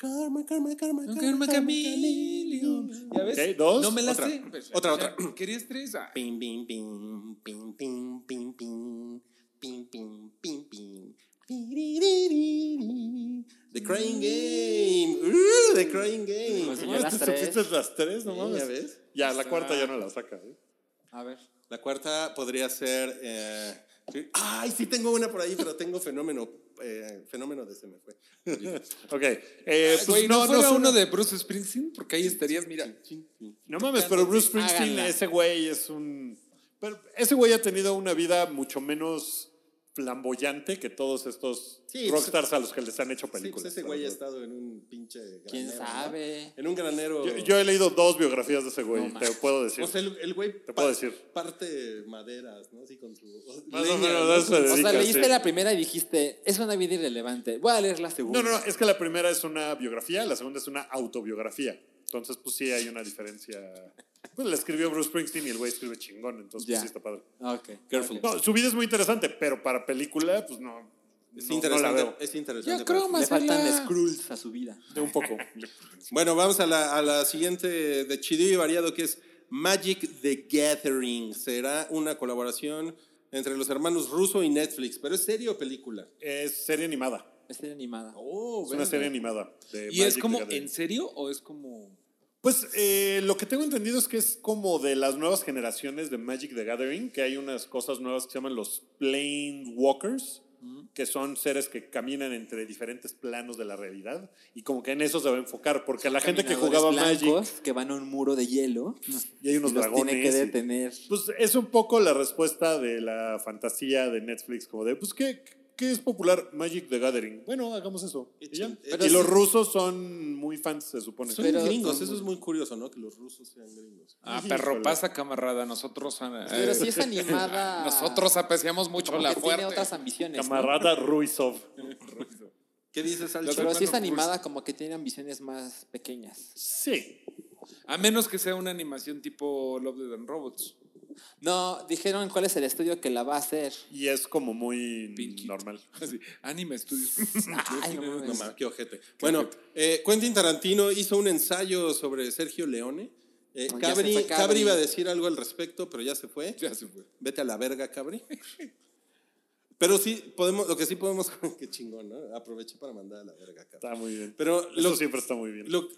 C: Karma, karma, karma,
E: No,
C: karma,
E: Karma Chameleon.
C: chameleon.
E: ¿Ya ves?
B: Ok, dos.
E: No me las
C: Otra.
E: sé. Pues,
C: Otra,
E: ya,
C: otra.
E: ¿Querías tres? Ah,
C: Pim, pim, pim, pim, pim, pim, pim, pim, pim, pim, pim. Piririri. The Crying Game.
B: Mm.
C: Uh, the Crying Game.
D: Pues ya las
B: ¿Te
D: tres.
B: supiste Ah, las tres, no
C: Sí,
B: mames.
C: ya ves.
B: Ya, la cuarta ya no la saca. ¿eh?
D: A ver.
C: La cuarta podría ser. eh, ay, sí tengo una por ahí, pero tengo fenómeno. eh, fenómeno de se me fue.
B: Ok. eh, pues
E: güey, no,
B: no,
E: fuera
B: no,
E: uno de Bruce Springsteen, porque ahí estarías, mira.
B: No mames, pero Bruce Springsteen,
D: Háganla.
B: ese güey es un. Pero ese güey ha tenido una vida mucho menos flamboyante que todos estos
C: Sí,
B: rockstars a los que les han hecho
C: Sí, pues
B: películas.
C: ese güey ha estado en un pinche.
D: ¿Quién
C: granero, ¿no?
D: sabe?
C: En un granero.
B: yo, yo he leído dos biografías de ese güey,
D: No
B: te
D: mames.
B: puedo decir.
C: O sea, el, el güey
B: Te puedo decir.
C: parte maderas, ¿no? Así con su.
B: Más o
C: leña,
B: menos
C: ¿no?
B: a eso se
D: O sea,
B: dedica,
D: leíste
B: sí.
D: la primera y dijiste, es una vida irrelevante. Voy a leer la segunda.
B: No, no, no, es que la primera es una biografía, la segunda es una autobiografía. Entonces, pues sí hay una diferencia. Pues la escribió Bruce Springsteen y el güey escribe chingón, entonces pues,
D: Ya.
B: sí está padre.
D: Ok.
C: Careful.
B: No, su vida es muy interesante, pero para película, pues no.
C: Es
B: no-
C: interesante.
B: No la veo.
C: es interesante.
E: Yo creo
D: Le
E: más
D: faltan
E: la-
D: scrolls a su vida.
B: De un poco.
C: Bueno, vamos a la, a la siguiente de Chidillo y Variado, que es Magic the Gathering. Será una colaboración entre los hermanos Russo y Netflix. ¿Pero es serie o película?
B: es serie animada.
D: Está animada.
C: Oh,
B: Es una
C: verga.
B: serie animada. de
E: ¿Y es
B: Magic
E: como
B: the Gathering.
E: en serio o es como.?
B: Pues eh, lo que tengo entendido es que es como de las nuevas generaciones de Magic the Gathering, que hay unas cosas nuevas que se llaman los Plane Walkers, que son seres que caminan entre diferentes planos de la realidad, y como que en eso se va a enfocar, porque la gente que jugaba
D: Caminadores
B: Magic,
D: blancos que van a un muro de hielo
B: y hay unos
D: y los
B: dragones.
D: tiene que
B: y-
D: detener.
B: pues es un poco la respuesta de la fantasía de Netflix, como de, pues, ¿qué, ¿qué es popular? Magic the Gathering. Bueno, hagamos eso. Y, ya.
F: Pero
B: Y
F: sí.
B: los rusos son muy fans, se supone.
C: Son
D: Pero-
C: gringos, Pues eso es muy curioso, ¿no? Que los rusos sean gringos.
E: Ah,
B: Híjole.
E: perro, pasa camarada. Nosotros, ah, eh,
D: Pero
E: ah,
D: si es animada.
E: nosotros apreciamos mucho
D: como
E: la
D: que
E: fuerte.
D: Tiene otras ambiciones. ¿no?
B: Camarada Ruizov.
C: ¿Qué dices, Al?
E: Los
D: Pero si es
E: hermanos
B: pues.
D: animada, como que tiene ambiciones más pequeñas.
B: Sí.
E: A menos que sea una animación tipo Love Dead and Robots.
D: No, dijeron cuál es el estudio que la va a hacer.
B: Y es como muy
E: Pinky.
B: normal.
E: Así, Anime Studios.
D: Ay, no
C: No
D: mames.
C: mames, Pues, qué ojete. Bueno, eh, Quentin Tarantino hizo un ensayo sobre Sergio Leone. Eh,
D: Ya
C: Cabri,
D: se fue Cabri.
C: Cabri iba a decir algo al respecto, pero ya se fue.
E: ya se fue.
C: Vete a la verga, Cabri. Pero sí, podemos, lo que sí podemos, qué chingón, ¿no? Aproveché para mandar a la verga, Cabri.
B: Está muy bien.
C: Pero
B: Eso
C: lo,
B: siempre está muy bien.
C: lo-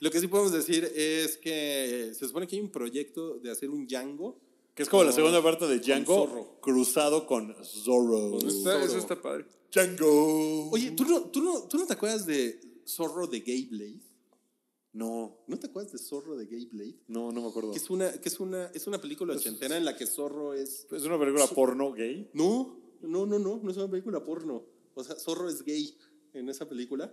C: lo que sí podemos decir es que Eh, se supone que hay un proyecto de hacer un Django.
B: que es como la
C: con-
B: segunda parte de Django
C: Zorro.
B: cruzado con Zorro.
C: Con
E: Está-
C: Zorro.
E: eso está padre.
B: Django.
C: Oye, ¿tú no, tú, no, ¿tú no te acuerdas de Zorro de Gay Blade?
B: No,
C: ¿No te acuerdas de Zorro de Gay Blade?
B: no, no me acuerdo.
C: Que es una, que es una, es una película ochentera en la que Zorro es.
B: Es una película porno gay.
C: No, no, no, no, no es una película porno. O sea, Zorro es gay en esa película.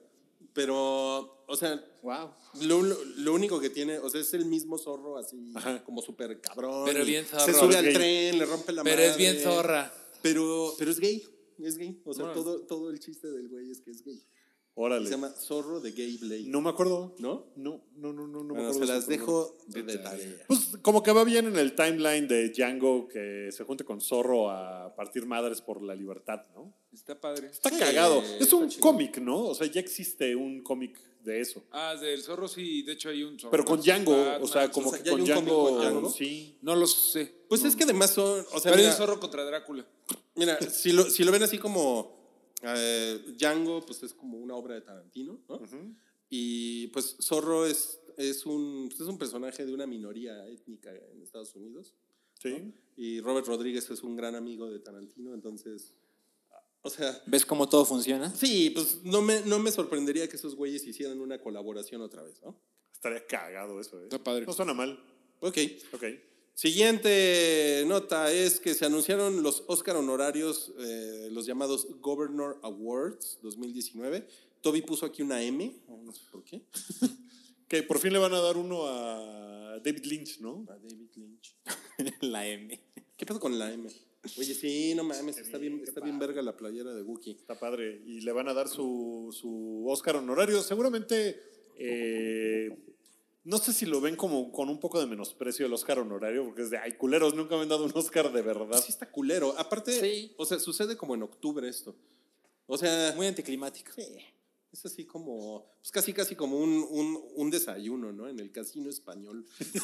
C: Pero, o sea,
D: Wow.
C: lo, lo- lo único que tiene, o sea, es el mismo Zorro así, como súper cabrón.
E: Pero
C: y
E: bien
C: Se
E: zorro.
C: sube
B: Es
C: al eh.
B: gay.
C: tren, le rompe la
E: Pero
C: madre.
E: es bien zorra.
C: Pero, pero es gay, es gay. O sea,
E: Órale.
C: todo, todo el chiste del güey es que es gay. Se
B: Órale.
C: llama Zorro de Gay Blade.
B: No me acuerdo.
C: ¿No?
B: No, no, no, no, no me
C: Bueno,
B: acuerdo.
C: se
B: de
C: las
B: esa película.
C: dejo
E: De
C: de,
E: tarea.
C: tarea.
B: Pues como que va bien en el timeline de Django que se junta con Zorro a partir madres por la libertad, ¿no?
E: Está padre.
B: Está
C: Sí,
B: cagado. Es
C: está
B: un
C: chido.
B: cómic, ¿no? O sea, ya existe un cómic de eso.
E: Ah, del zorro sí, de hecho hay un zorro.
B: Pero con Django,
E: Batman,
B: o sea, como
C: o sea,
B: que
C: ya hay
B: con
C: un cómic
B: Django,
C: con Django.
B: sí.
E: No lo sé.
C: Pues es que además son, o sea,
E: Pero hay
C: mira-
E: un zorro contra Drácula.
C: Mira, si lo, si lo ven así como eh, Django, pues es como una obra de Tarantino, ¿no? Y pues Zorro es, es, un, pues, es un personaje de una minoría étnica en Estados Unidos.
B: Sí.
C: Y Robert Rodríguez es un gran amigo de Tarantino, entonces, o sea,
D: ¿Ves cómo todo funciona?
C: sí, pues no me, no me sorprendería que esos güeyes hicieran una colaboración otra vez, ¿no?
B: Estaría cagado eso, ¿eh?
E: Está padre.
B: No suena mal.
C: Ok,
B: Ok.
C: siguiente nota es que se anunciaron los Oscar honorarios, eh, los llamados Governor Awards 2019. Toby puso aquí una M, no sé por qué.
B: Que por fin le van a dar uno a David Lynch, ¿no?
C: A David Lynch.
D: la M.
C: ¿Qué pasó con la M? Oye, sí, no mames, está bien, está bien verga la playera de Wookiee.
B: Está padre. Y le van a dar su, su Oscar honorario. Seguramente, eh, no sé si lo ven como con un poco de menosprecio el Oscar honorario, porque es de, ay, culeros, nunca me han dado un Oscar de verdad.
C: Sí está culero. Aparte,
D: Sí.
C: o sea, sucede como en octubre esto. O sea,
D: Muy anticlimático.
C: es así como, pues casi casi como un, un, un desayuno, ¿no? En el casino español.
D: Sí.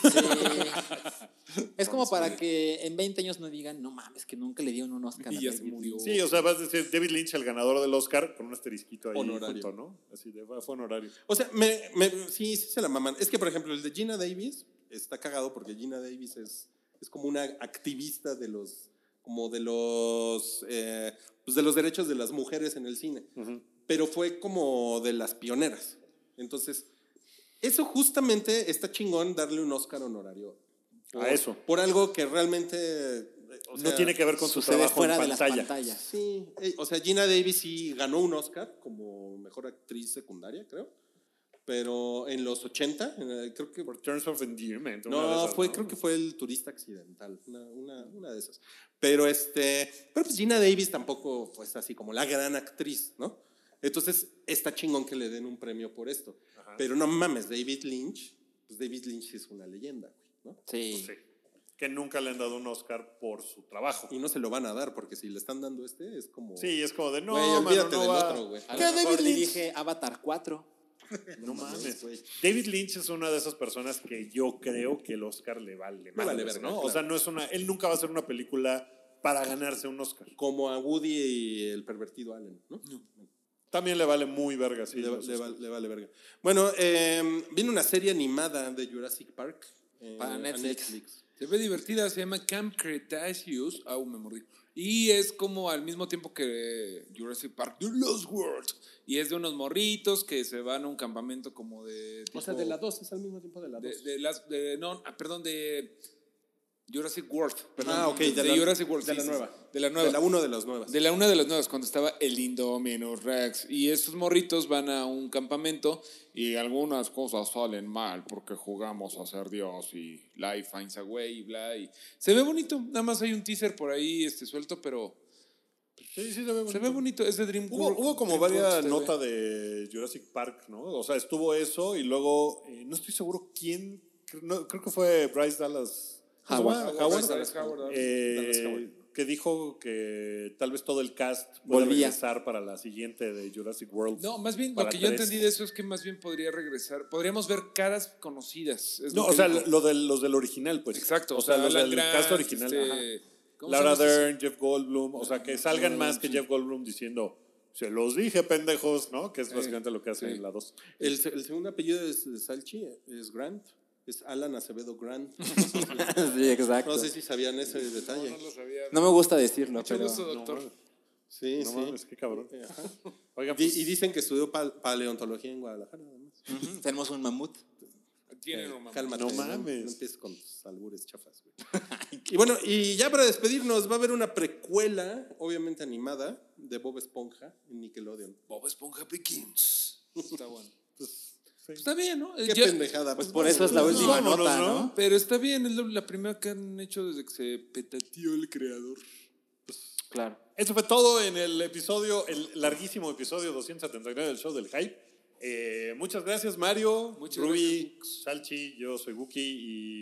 D: es como para que en 20 años no digan, no mames, que nunca le dieron un Oscar.
E: Y
D: a
E: ya
D: David
E: se murió.
B: Sí, o sea, vas a decir David Lynch, el ganador del Oscar, con un asterisquito ahí
C: Honorario.
B: junto, ¿no? Así de, "Ah, fue honorario.
C: O sea, me, me- sí, sí se la maman. Es que, por ejemplo, el de Gina Davis está cagado porque Gina Davis es, es como una activista de los, como de los, eh, pues de los derechos de las mujeres en el cine.
B: Eh,
C: Pero fue como de las pioneras. Entonces, eso justamente está chingón darle un Oscar honorario.
B: A eso.
C: Por algo que realmente... eh, o sea,
B: no tiene que ver con su
D: Sucede
B: trabajo
D: fuera
B: en
D: de las
B: pantalla.
D: pantallas.
C: Sí, eh, o sea, Gina Davis sí ganó un Oscar como mejor actriz secundaria, creo. Pero en los 80, en el- creo que.
B: Por Terms of Endearment. una de
C: No,
B: esas,
C: fue, creo que fue el turista accidental, una, una- una de esas. Pero este, pero pues Gina Davis tampoco fue así como la gran actriz, ¿no? Entonces está chingón que le den un premio por esto. Pero no mames, David Lynch, pues David Lynch es una leyenda, güey, ¿no?
D: Sí.
B: Sí. Que nunca le han dado un Oscar por su trabajo.
C: Y no se lo van a dar porque si le están dando este es como.
B: Sí, es como de, no,
C: Güey,
B: mano,
C: olvídate
B: no
C: del
B: va".
C: otro, güey.
D: A
B: ¿Qué
D: lo mejor
B: David Lynch?
D: dirige Avatar 4.
B: No mames.
C: güey.
B: David Lynch es una de esas personas que yo creo que el Oscar le vale
C: Le vale
B: madres,
C: verga,
B: ¿no? O
C: claro.
B: sea, no es una. Él nunca va a hacer una película para ganarse un Oscar.
C: Como a Woody y el pervertido Allen, ¿no?
B: También le vale muy verga, sí.
C: Le, va-
B: los
C: le va-
B: Oscars.
C: le vale verga. Bueno, eh, vino una serie animada de Jurassic Park. eh,
D: Para
C: a
D: Netflix.
E: Se ve divertida, se llama Camp Cretaceous. Ah, me mordí. Y es como al mismo tiempo que Jurassic Park The Lost World. Y es de unos morritos que se van a un campamento como de.
C: O sea,
E: tipo-
C: de la 2, es al mismo tiempo de la 2.
E: de, de las, de- no, ah, perdón, de Jurassic World. Perdón,
C: Ah, ok, de la-
E: Jurassic World,
C: de
E: sí,
C: la
E: sí,
C: nueva.
E: sí, De la nueva.
C: De la uno de las nuevas.
E: De la una de las nuevas, cuando estaba el Indominus Rex. Y estos morritos van a un campamento y algunas cosas salen mal porque jugamos a ser Dios y life finds a way y bla. Y se ve bonito. Nada más hay un teaser por ahí este, suelto, pero
B: Sí, sí, se ve bonito.
E: se ve bonito. Es de DreamWorks.
B: Hubo, hubo como
E: DreamWorks
B: varias
E: TV.
B: nota de Jurassic Park, ¿no? O sea, estuvo eso y luego, eh, no estoy seguro quién, cre- no, creo que fue Bryce Dallas ¿cómo se
D: Howard.
B: llama?
E: Howard, Dallas Howard,
B: Eh,
E: Dallas Howard.
B: que dijo que tal vez todo el cast puede
D: Volvía.
B: regresar para la siguiente de Jurassic World.
E: No, más bien lo
B: Para
E: que yo
B: tres.
E: entendí de eso es que más bien podría regresar. Podríamos ver caras conocidas. es
B: No,
E: lo
B: o
E: que
B: sea,
E: dijo.
B: lo del, los del original, pues.
E: Exacto.
B: O sea, los
E: Alan
B: del
E: Grant,
B: cast original.
E: este,
B: ajá.
E: ¿cómo se
B: Laura
E: llama este?
B: Dern, Jeff Goldblum, o sea, que salgan más que Jeff Goldblum diciendo, se los dije, pendejos, ¿no? Que es básicamente lo que hace
E: sí.
B: en la 2.
C: El, se- el segundo apellido es, de Salchi, es Grant. Es Alan Acevedo Grant.
D: sí, exacto.
C: No sé si sabían ese detalle.
E: No, no lo sabía.
D: No me gusta decirlo,
E: Mucho
D: pero.
E: gusto, doctor.
C: Sí,
B: No
C: sí.
B: mames, qué cabrón.
C: Ajá.
B: Oigan,
C: Di-
B: pues,
C: y dicen que estudió pal- paleontología en Guadalajara. además.
D: Ujú, Tenemos un mamut.
B: Eh,
E: Tienen un mamá.
C: Cálmate.
B: No
C: No,
B: mames.
C: empieces con tus albures chafas, güey. y bueno, y ya para despedirnos, va a haber una precuela, obviamente animada, de Bob Esponja en Nickelodeon.
E: Bob Esponja Begins. Está bueno.
B: Pues,
E: Pues,
B: sí.
E: Está bien, ¿no? Eh,
C: Qué
E: Ya-
C: pendejada.
D: Pues por eso es la
B: Pues
D: última
B: vámonos,
D: nota,
B: ¿no?
D: ¿no?
E: Pero está bien, es la, la primera que han hecho desde que se petateó el creador.
D: Claro.
B: Eso fue todo en el episodio, el larguísimo episodio 279 del show del hype. Eh, muchas gracias, Mario,
E: Muchas
B: Ruby, Salchi, yo soy Buki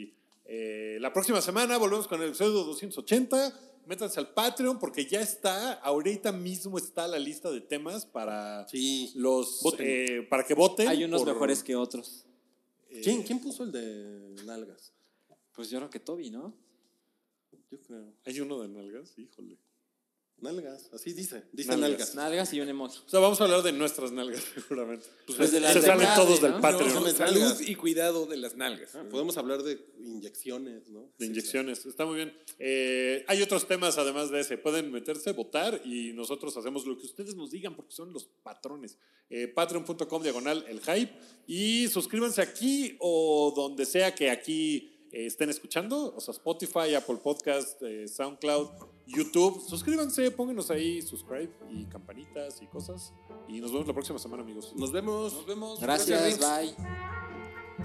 B: y eh, la próxima semana volvemos con el episodio 280. Métanse al Patreon porque ya está, ahorita mismo está la lista de temas para
C: Sí.
B: los
C: Voten.
B: eh, para que voten.
D: Hay unos
B: por-
D: mejores que otros.
E: eh,
C: ¿Quién, quién puso el de nalgas?
D: Pues yo creo que Toby, ¿no?
C: Yo creo.
B: Hay uno de nalgas, híjole.
C: Nalgas, así dice. Dice nalgas.
D: Nalgas. Nalgas y un emoji.
B: O sea, vamos a hablar de nuestras nalgas, seguramente. Pues
D: Pues de las
B: se
D: de
B: salen
D: Gaby,
B: todos
D: ¿no?
B: del Patreon.
C: No,
E: Salud
C: me salgas.
E: y cuidado de las nalgas.
C: Ah, Podemos hablar de inyecciones, ¿no?
B: De inyecciones, está muy bien. Eh, hay otros temas además de ese. Pueden meterse, votar y nosotros hacemos lo que ustedes nos digan porque son los patrones. Eh, Patreon.com diagonal el hype y suscríbanse aquí o donde sea que aquí eh, estén escuchando, o sea, Spotify, Apple Podcast, eh, SoundCloud, YouTube. Suscríbanse, pónganos ahí, subscribe y campanitas y cosas. Y nos vemos la próxima semana, amigos.
C: Nos vemos.
E: Nos vemos. Rinks.
D: Gracias, bye.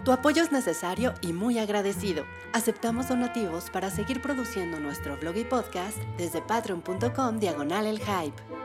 A: Tu apoyo es necesario y muy agradecido. Aceptamos donativos para seguir produciendo nuestro blog y podcast desde patreon.com diagonal el hype.